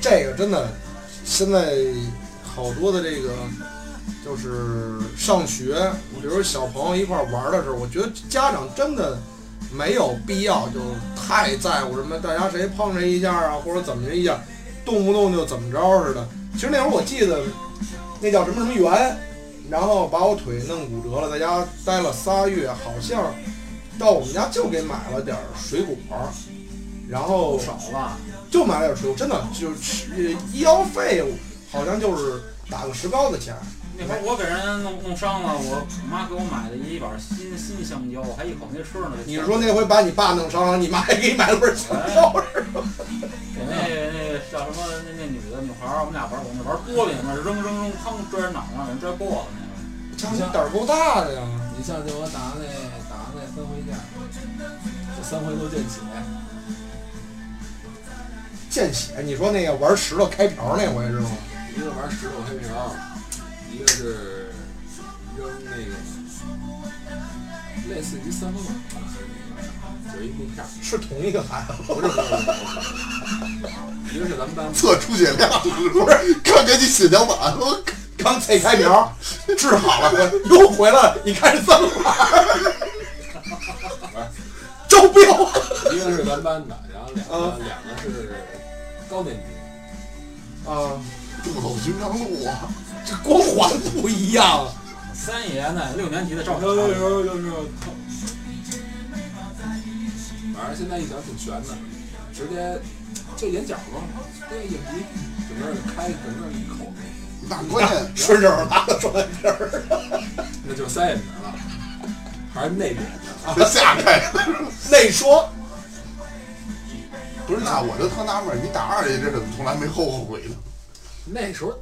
这个真的，现在好多的这个就是上学，比如小朋友一块儿玩的时候，我觉得家长真的没有必要就太在乎什么大家谁碰谁一下啊，或者怎么着一下，动不动就怎么着似的。其实那会儿我记得那叫什么什么园，然后把我腿弄骨折了，在家待了仨月，好像到我们家就给买了点儿水果儿，然后不少吧？就买了点水果，真的就是呃医药费好像就是打个石膏的钱，那会儿我给人弄弄伤了，我妈给我买的一板新新香蕉，我还一口没吃呢。你是说那回把你爸弄伤了，你妈还给你买了份香蕉？给那那叫什么那那女的女孩儿，我们俩玩儿，我们玩儿玻璃，那扔扔扔，砰拽人脑上，给人拽破了那个。家长胆儿够大的呀！你像就我打那打那三回架，这三回都见血，见血，你说那个玩石头开瓢那回是吗？一个玩石头开瓢，一个是扔那个类似于三分网，有一木片儿，是同一个孩子吗，不是不是不是，一个是咱们班测出血量是不是？ 看给你血小板，我靠刚脆开瓢，治好了，又回来了，你看是怎么玩儿？招标，一个是咱班的，然后两个两个是高年级，啊，不走寻常路啊！这光环不一样。三爷呢，六年级的照片，呦呦呦，反正现在一想挺悬的，直接就眼角嘛，那眼皮整个开整个一口，那关 键顺手拉个双眼皮儿，那就三眼皮了，还是内边的，下开，内双，不不是，那我就特纳闷儿，你打二爷这怎么从来没后悔呢？那时候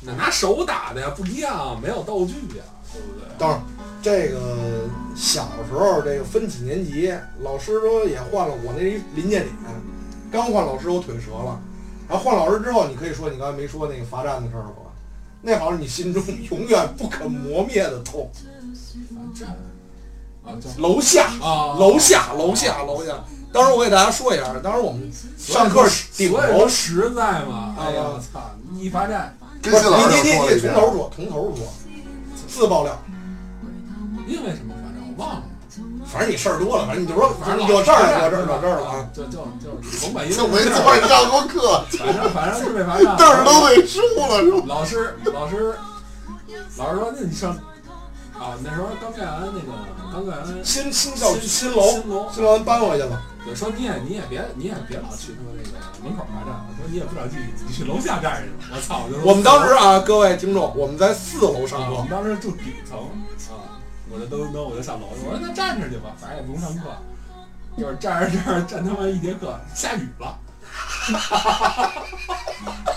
那拿手打的呀，不一样，没有道具呀，对不对？等会儿这个小时候这个分几年级，老师说也换了，我那临界点刚换老师我腿折了，然后换老师之后，你可以说你刚才没说那个罚站的事儿了吧？那好像你 心中永远不可磨灭的痛。这啊叫楼下，啊楼下楼下楼下。当时我给大家说一下，当时我们上课顶所以楼说，实在嘛，哎呀，啊我操！一罚站，不真是信老师你你你又说你了一从遍，头说，从头说，自爆料。因为什么罚站？我忘了，反正你事儿多了，反正你就说，反反正正有这儿了，有有这儿了，有这儿了啊。，就就就是甭管因为就没坐着上过 课，反正反正是被罚站了。凳儿都给输了，是吧？老师，老师，老师说：“那你上啊？那时候刚盖完那个，刚盖完新新校新新楼，新楼，新楼搬回去了。我说你也你也别你也别老去他妈那个门口罚站，我说你也不少去，你去楼下站着去吧。我操！我就我们当时啊，各位听众，我们在四楼上啊，我课们，当时住顶层啊，我这噔噔噔我就上楼了，我说那站着去吧，反正也不用上课，就是站着站着站他妈一节课，下雨了。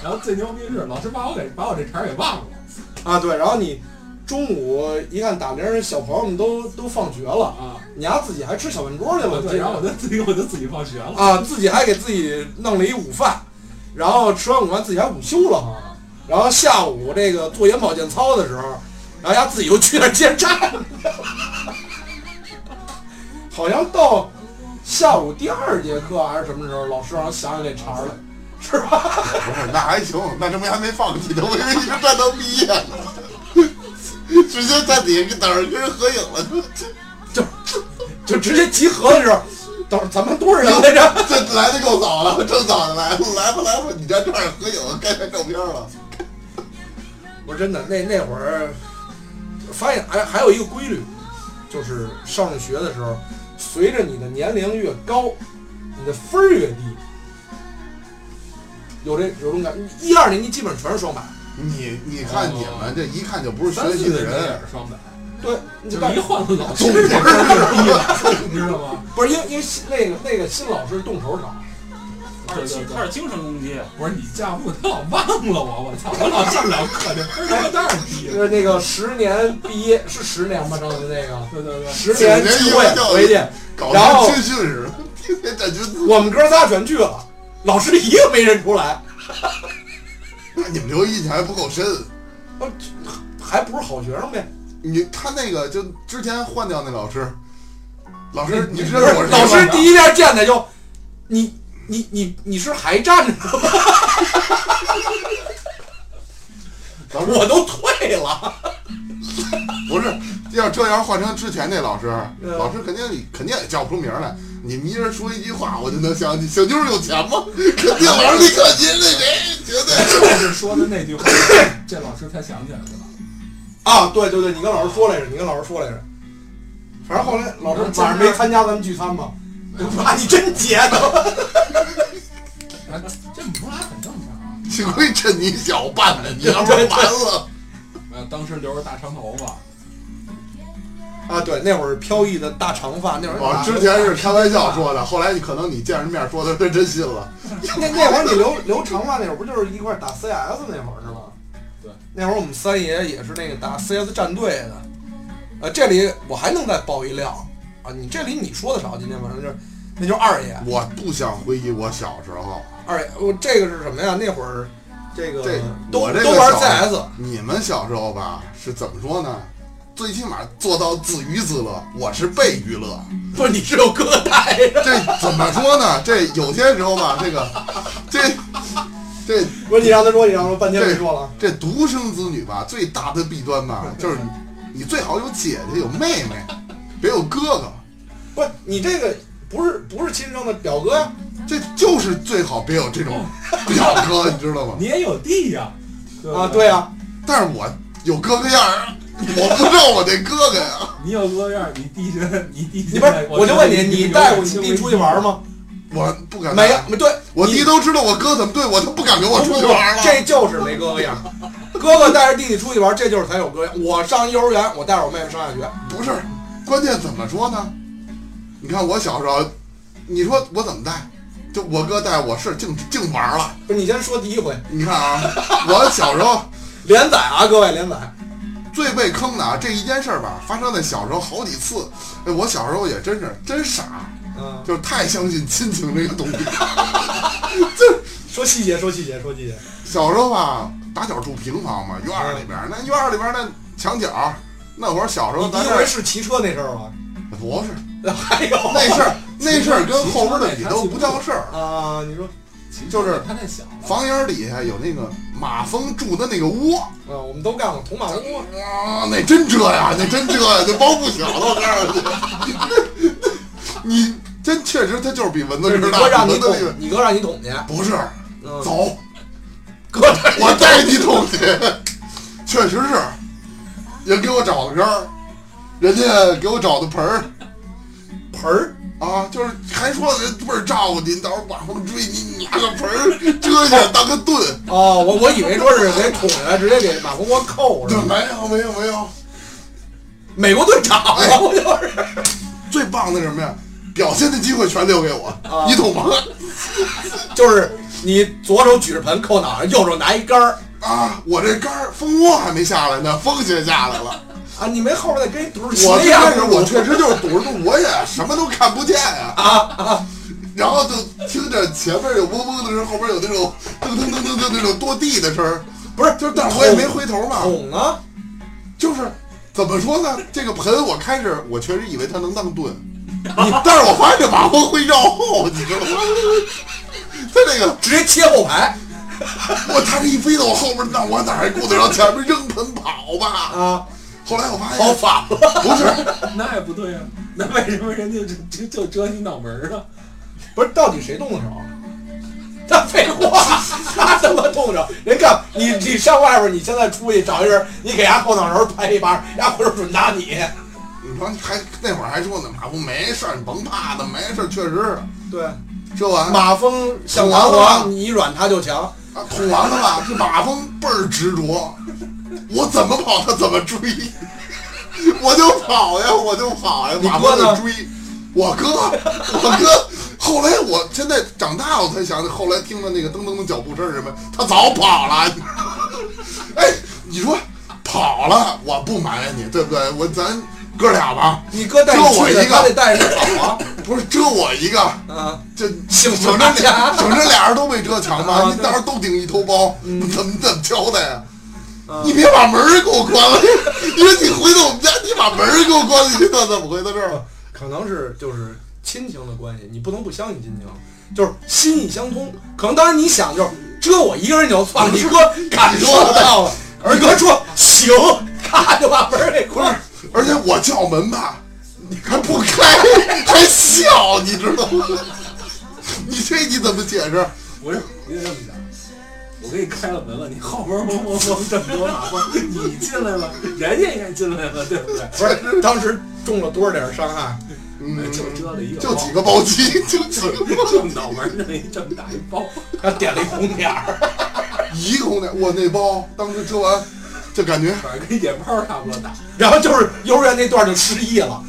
然后最牛逼的是，老师把我给把我这茬儿给忘了啊，对，然后你中午一看打铃，小朋友们都都放学了，啊！你丫自己还吃小饭桌去了，对，这然后我就自己我就自己放学了。啊，自己还给自己弄了一午饭，然后吃完午饭自己还午休了哈，啊然后下午这个做眼保健操的时候，然后他自己又去那儿接站， 好像到下午第二节课还是什么时候，老师好像想起这茬儿来，是吧？不是，那还行，那证明还没放弃呢，我以为你是站到毕业了， 直接在底下跟等着跟人合影了，就直接集合的时候，等会儿咱们多少人来着？这来的够早了，正早的来了，来吧来吧，你站这儿合影，该拍照片了。我真的那那会儿发现还还有一个规律，就是上学的时候，随着你的年龄越高，你的分儿越低。有这有种感觉，一二年级基本全是双百，你你看你们这一看就不是三学四习的的人人也，是双百，对，你就就是感一觉换个老师，这人就是一百，你知道吗？不是因为因为新那个那个新老师动手少，他是他是精神攻击，啊不是你这样不，他老忘了我，我操！我老上不了课，这分儿他妈当然低就是了。那个十年毕业是十年吧，张的那个对对对，十年聚会回去，搞然后成军训似的，天天站军姿。我们哥仨全去了，老师一个没认出来，那你们留印象还不够深。哦还不是好学生呗？你他那个就之前换掉那老师，老师 嗯你知不道是我是老谁师吗第一面见他就，你你你你是还站 着吗？老师我都退了，不是，要这样换成之前那老师，嗯老师肯定肯定也叫不出名来。你们一人说一句话，我就能想起小妞儿有钱吗？ 肯定老师，你可您那谁，绝对。就是说的那句话， 这老师才想起来的吧？啊，对对对，你跟老师说来着，你跟老师说来着。反正后来老师晚上没参加咱们聚餐 嘛，哇，你真节的！啊这不拉很正常。 啊幸亏趁你小办的，你要不然完了。呃，当时留着大长头发，啊，对，那会儿飘逸的大长发，那会我儿之前是开玩笑说的，后来你可能你见人面说的，他真信了。那那会儿你留留长发那会儿不就是一块儿打 CS 那会儿是吗？对，那会儿我们三爷也是那个打 CS 战队的，呃，这里我还能再爆一料啊，你这里你说的少，今天晚上就是，那就是二爷，我不想回忆我小时候，二爷，我这个是什么呀？那会儿这个这都嗯我这个都玩小 CS，你们小时候吧是怎么说呢？最起码做到自娱自乐，我是被娱乐。不是你是有疙瘩呀？这怎么说呢？这有些时候吧，这个，这，这 不是你让他说，你让他说半天没说了。这独生子女吧，最大的弊端吧，就是你最好有姐姐有妹妹，别有哥哥，不是你这个不是不是亲生的表哥呀？这就是最好别有这种表哥，你知道吗你？也有弟呀、吧啊，对呀、但是我有哥哥样儿，我不知道我这哥哥呀，你有哥样儿，你弟现在你弟你现不在是，我就问你，你带过我你弟出去玩？吗？我不敢没带，没对，我你弟都知道我哥怎么对我，他不敢跟我出去玩了。这就是没哥哥样。哥哥带着弟弟出去玩，这就是才有哥样。我上幼儿园，我带着我妹妹上下学，不是，关键怎么说呢？你看我小时候，你说我怎么带？就我哥带我是净净玩儿了。不是你先说第一回你看啊， 我小时候连载啊，各位连载，最被坑的啊，这一件事儿吧，发生在小时候好几次。哎，我小时候也真是真傻，嗯，就是太相信亲情这个东西。说细节，说细节，说细节，小时候吧，打小住平房嘛，院儿里边儿，那院儿里边儿那墙角儿，那会儿小时候你第咱一这回儿是骑车那啊事儿吗？不 是还有那 事儿，那事儿跟后边的比都不叫事儿。啊，你说就是他太小了，房檐儿底下有那个马蜂住的那个窝，啊，我们都干过捅马蜂窝，啊，那真遮呀，那真遮呀，那包不小的，我告诉你， 你真确实它就是比蚊子就是根你儿大哥，让比你蚊子那个捅，你哥让你捅去，不是，嗯， 走，哥我带你捅去，确实是，人给我找的杆儿，人家给我找的盆儿盆儿，啊，就是还说人倍儿照顾你，到时候晚上追你，你拿个盆儿遮一下当个盾，哦，我我以为说是给捅下来，直接给马蜂窝扣对上，没有没有没有，美国队长哎嘛，不就是？最棒的是什么呀？表现的机会全留给我，你捅吧。就是你左手举着盆扣脑上，右手拿一杆儿啊，我这杆儿蜂窝还没下来呢，风先下来了。啊，你没后边再跟一毒气我最呀开始我确实就是堵着，我也什么都看不见呀、啊。然后就听着前面有嗡嗡的声，后边有那种噔噔噔噔噔那种跺地的声儿，不是，就是但是我也没回头嘛，捅啊，就是怎么说呢？这个盆我开始我确实以为它能当盾，你但是我发现这马蜂会绕后，你知道吗？它这个直接切后排我它这一飞到我后边，那我哪还顾得上前面扔盆跑吧？啊，后来我发好现反了，不是。那也不对啊，那为什么人家就就就遮你脑门儿啊了？不是，到底谁 动的手？他废 话，他他妈动手！人看你，你上外边，你现在出去找一人，你给伢后脑勺拍一巴，伢回头准打你。你说还那会儿还说呢，马蜂没事儿，你甭怕的，没事儿，确实是对，这完马蜂像狼王，你一软它就强。啊捅完了吧？这马蜂倍儿执着，我怎么跑它怎么追，我就跑呀，我就跑呀，你马哥蜂呢就追。我哥，我哥，后来我现在长大我才想起，后来听到那个噔噔噔脚步声儿什么，他早跑了。哎，你说跑了，我不埋怨你，对不对？我咱哥俩吧，你哥带你就我去的，一个他得带着你跑啊。不是遮我一个。 啊，这幸福省大着家俩，省着俩人都没遮墙啊吧？你对嗯到时候都顶一头包，你怎么怎么交代呀？啊你别把门儿给我关了，因为你回到我们家，你把门儿给我关了，你知道怎么回到这儿吗？可能是就是亲情的关系，你不能不相信亲情，就是心意相通。可能当时你想就是遮我一个人就算了，你哥感受到了， 而哥说行，咔就把门儿给关上。而且我叫门吧，你还不开，还笑，你知道吗？你这你怎么解释？不是，你得这么想，我给你开了门了，你后边嗡嗡嗡这么多马蜂，你进来了，人家也进来了，对不对？不是，当时中了多少点伤害？嗯，哎就遮了一个包，就几个包机，就几个就脑门儿上一这么大一包，他点了一红点儿， 一共的，我那包当时遮完，就感觉反正跟野炮差不多大。然后就是幼儿园那段就失忆了。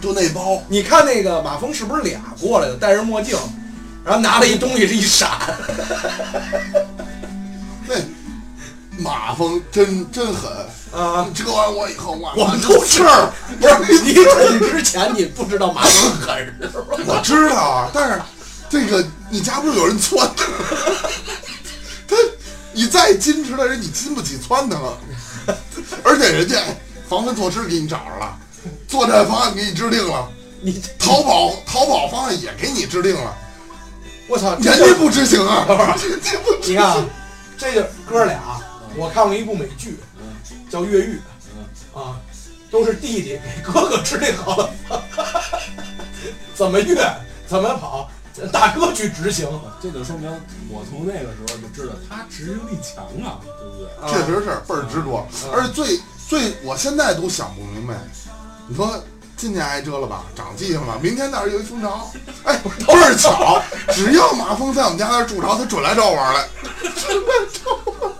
就那包。你看那个马蜂是不是俩过来的，戴着墨镜，然后拿了一东西是一闪，那马蜂真真狠啊！ 折完我以后，我我们都是，不是你捅之前你不知道马蜂狠 是吧？我知道啊，但是这个你家不是有人窜他， 他你再矜持的人，你经不起窜他了，而且人家防范措施给你找着了，作战方案给你制定了，你逃跑逃跑方案也给你制定了，我 操，这人就家不执行 啊，人家不你执看行啊。，这就哥俩，啊嗯我看过一部美剧，叫《越狱》，嗯啊，都是弟弟给哥哥制定好了， 怎么越，怎么跑，大哥去执行。这就说明我从那个时候就知道他执行力强啊，对不对？确实是倍儿执着，而且最最，我现在都想不明白，你说今年挨蛰了吧，长记性了吧，明天那儿有一蜂巢，哎，倍儿巧，只要马蜂在我们家那儿筑巢，它准来找我玩儿来，准来找我玩儿。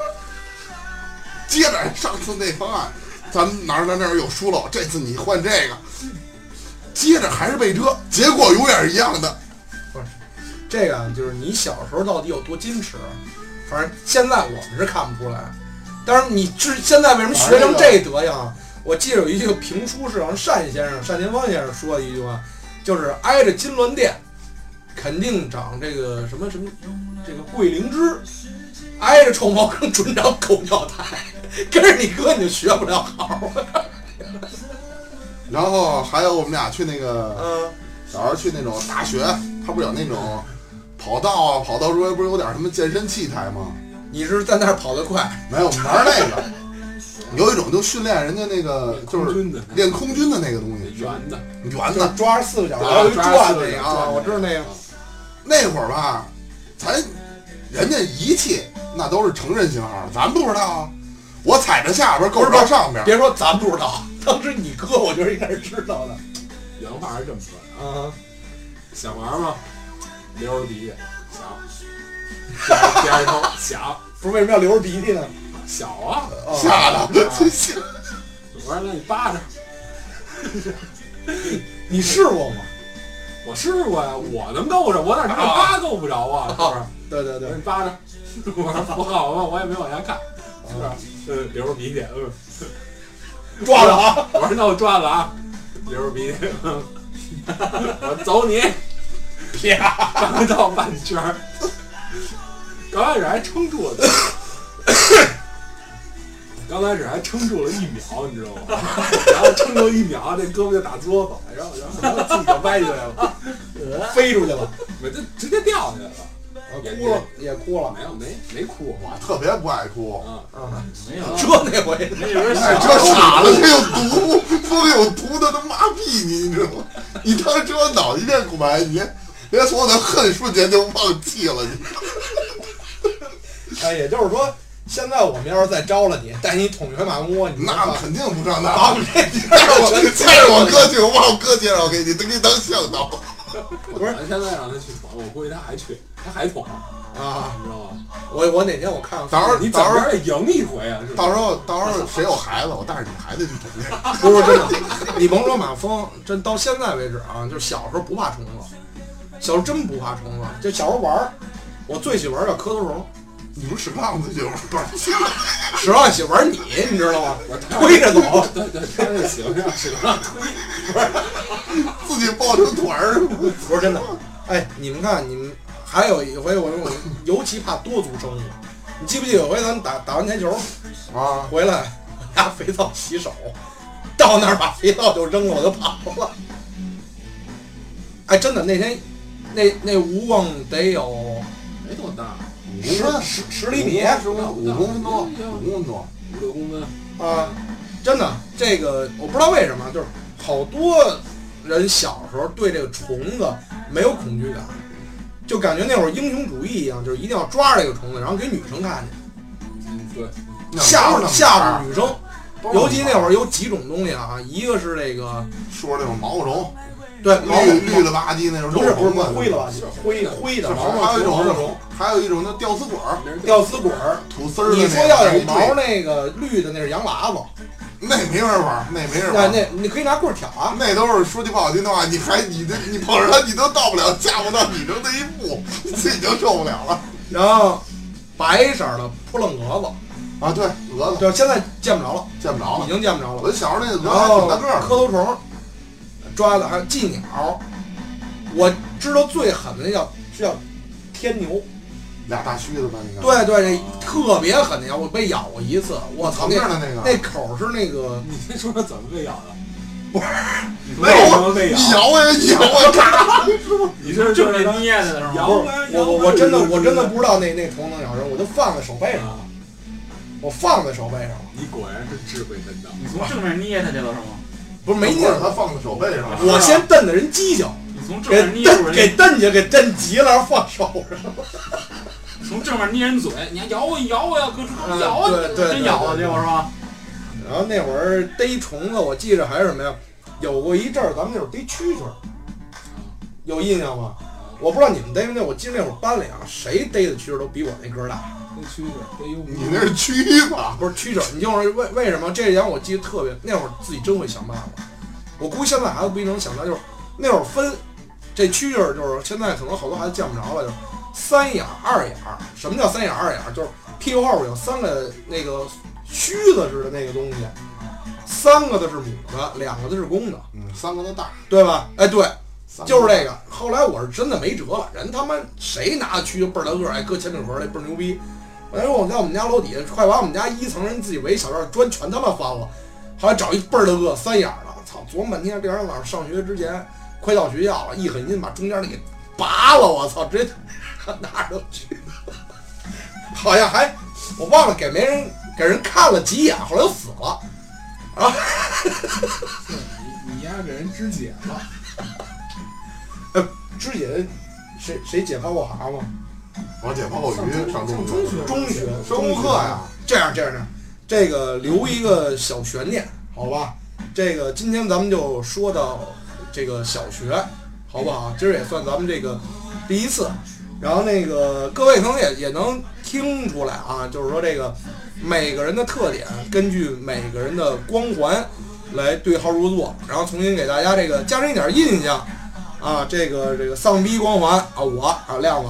接着上次那方案，咱们哪儿哪儿哪儿有疏漏，这次你换这个，接着还是被遮，结果永远是一样的。这个就是你小时候到底有多矜持，反正现在我们是看不出来。但是你至现在为什么学成这德行啊？我记得有一句评书是让单先生、单田芳先生说的一句话，就是挨着金銮殿，肯定长这个什么什么这个桂灵芝，挨着臭茅坑准长狗尿苔。 跟着你哥你就学不了好。然后还有我们俩去那个嗯，小时候去那种大学，它不是有那种跑道啊，跑道周围不是有点什么健身器材吗？你是在那儿跑得快，没有，我们玩那 个，有一种就训练人家那个就是真的练空军的那个东西，圆的，圆就的。抓着四个角，啊然后就抓转着四个那个角转啊，那我知道那个。那会儿吧，咱人家仪器那都是成人型号，咱不知道啊。我踩着下边，够不着上边。别说咱不知道，当时你哥我觉得应该是知道的。原话是这么说的：嗯，想玩吗？留着鼻涕，想。第二头想不是为什么要流着鼻涕呢？小啊，吓的， 我说那你扒着，你试过吗？我试过呀，我能够着，我哪能扒够不着啊？是不对是？对对我，你扒着，我说不好吧，我也没往下看，是吧？嗯，流着鼻涕，嗯， 抓着啊！ 我说那我转了啊，流着鼻涕，嗯我走你，啪，刚到半圈儿，刚开始还撑住了，刚开始还撑住了一秒，你知道吗？然后撑住一秒，这胳膊就打作坊，然后然后自己就歪起来了，飞出去了，我就直接掉下来了，啊哭了也哭了。没有没没哭，我特别不爱哭。啊，嗯，没有，说那回那有人哎，想这傻了，这有毒，说的有毒的，他妈逼你，你知道吗？你当时只有脑一片空白，你连连所有的恨瞬间就忘记了。你哎，也就是说，现在我们要是再招了你，带你捅一回马蜂窝，你那肯定不上当。把我们这地带着 我全带着我哥去，我把我哥介绍给你，都给你当向导。我现在让他去捅，我估计他还去，他还捅，你啊！知道吗？我我哪天我看看到时候你怎到时候么着也赢一回啊，是吧？到时候到时候谁有孩子，我带着你孩子去捅去。不是真的， 你甭说马蜂，真到现在为止啊，就是小时候不怕虫子，小时候真不怕虫子。就小时候玩儿，我最喜欢玩叫磕头虫，你不是胖子就是不是？史浪喜欢你，你知道吗？推着走， 对对，他啊是喜欢上谁了？自己抱成团儿，不是真的。哎，你们看，你们还有一回我我尤其怕多足生物，你记不记得有回咱们打打完台球啊，回来， 拿肥皂洗手，到那儿把肥皂就扔了，我就跑了。哎，真的那天，那那蜈蚣得有没多大，五十公分，十十厘米五公分多，五公分多。五六公分。啊，真的，这个我不知道为什么，就是好多人小时候对这个虫子没有恐惧感，就感觉那会儿英雄主义一样，就是一定要抓着这个虫子，然后给女生看嗯，对，去，吓唬吓唬唬，女生。尤其那会儿有几种东西啊，一个是这个说那种毛虫，对毛绿绿了吧唧那种，不是不是不是灰了了，吧？灰灰的是毛毛还有一虫种虫，是还有一种叫吊丝管儿，那是吊丝滚儿。吐丝儿的那你个。说要有那一毛坠那个绿的那是羊喇叭，那没法玩儿，那没法玩那儿。那你可以拿棍儿挑啊。那都是说句不好听的话，你还你这你捧着它，你都到不了嫁不到女生那一步，你自己就受不了了然后白色儿的扑棱蛾啊！对，蛾子，子对，现在见不着了，见不着已了。经见不着了。我小时候那哦然蛾子还后挺大个磕儿头虫抓的，还有寄鸟。我知道最狠的那叫是叫天牛，的，俩大须子吧，那对个。，对，那特别狠的鸟，我被咬过一次，我操疼着那呢那个。那口是那个你先说说怎么被咬的？不没是，有你说为什么被咬？你咬我呀，你咬我呀，咔！你是就就是是给捏着的是咬吗？我呀，我我我真的我真的不知道那那虫能咬人，我就放在手背上，啊！我放在手背上了，你果然是智慧真的。你从正面捏它去了是吗？不是没不劲是儿。他放在手背上了。我先蹬的人犄角，你从正给面捏住蹬人给蹬去，给蹬急了，然后放手上。家，从正面捏人嘴，你还啊咬我咬我呀，哥嗯咬我，对对啊真咬我对结果是吧？然后那会儿逮虫子，我记着还是什么呀？有过一阵儿，咱们那会儿逮蛐蛐儿，有印象吗？我不知道你们逮没逮，我记得那会儿班里啊，谁逮的蛐蛐儿都比我那个儿大。跟蛐蛐，跟鹦你那是蛆吧？不是蛐蛐儿，你就是为为什么这一点我记得特别，那会儿自己真会想办法。我估计现在孩子不一定能想到，就是那会儿分这蛐蛐儿，就是现在可能好多孩子见不着了，就是三眼儿二眼儿。什么叫三眼儿二眼儿？就是屁股后边有三个那个须子似的那个东西，三个的是母的，两个的是公的，嗯，三个都大，对吧？哎，对，三个就是这个。后来我是真的没辙了，人他妈谁拿的蛐蛐倍儿大个儿，哎，搁铅笔盒里倍儿牛逼。哎我在我们家楼底下，快把我们家一层人自己围小院儿砖全他妈翻了。后来找一倍儿大个三眼儿的，操！琢磨半天，第二天早上上学之前，快到学校了，一狠心把中间的给拔了，我操！直接拿着去，好像还我忘了给没人给人看了几眼，后来又死了。你你丫给人肢解了，肢解，谁谁解剖过蛤蟆？我解剖过鱼，上中中学中学生物课呀、这样这样这样，这个留一个小悬念，好吧？这个今天咱们就说到这个小学，好不好？今儿也算咱们这个第一次。然后那个各位可能也也能听出来啊，就是说这个每个人的特点，根据每个人的光环来对号入座，然后重新给大家这个加深一点印象啊。这个这个丧逼光环啊，我啊亮子，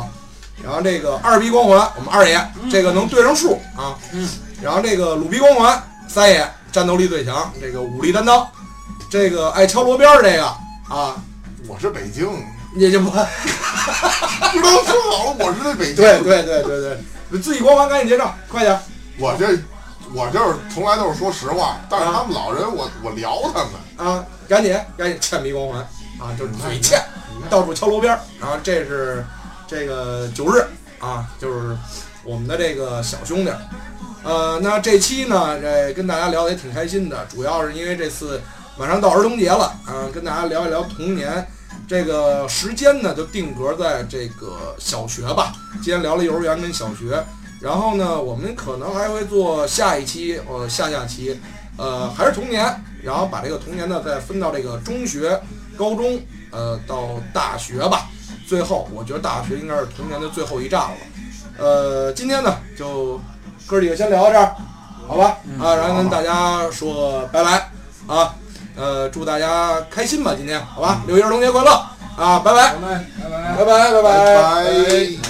然后这个二逼光环我们二爷，这个能对上数啊。嗯。然后这个鲁逼光环三爷战斗力最强，这个武力担当，这个爱敲锣边儿这个啊，我是北京，也就不不都说好了我是在北京，对对对对对，你自己光环赶紧结账，快点。我这我就是从来都是说实话，但是他们老人我我聊他们，啊，赶紧赶紧欠迷光环啊，就是嘴欠，到处敲锣边儿。然后这是这个九日啊，就是我们的这个小兄弟儿。呃，那这期呢，这跟大家聊的也挺开心的，主要是因为这次马上到儿童节了啊，跟大家聊一聊童年。这个时间呢，就定格在这个小学吧。今天聊了幼儿园跟小学，然后呢，我们可能还会做下一期，呃，下下期，呃，还是童年，然后把这个童年呢再分到这个中学、高中，呃，到大学吧。最后，我觉得大学应该是童年的最后一站了。呃，今天呢，就哥几个先聊到这儿，好吧？嗯啊，然后跟大家说拜拜啊，呃，祝大家开心吧，今天好吧？六一儿童节快乐啊，拜拜，嗯好嘞，拜拜。拜拜，拜拜拜。拜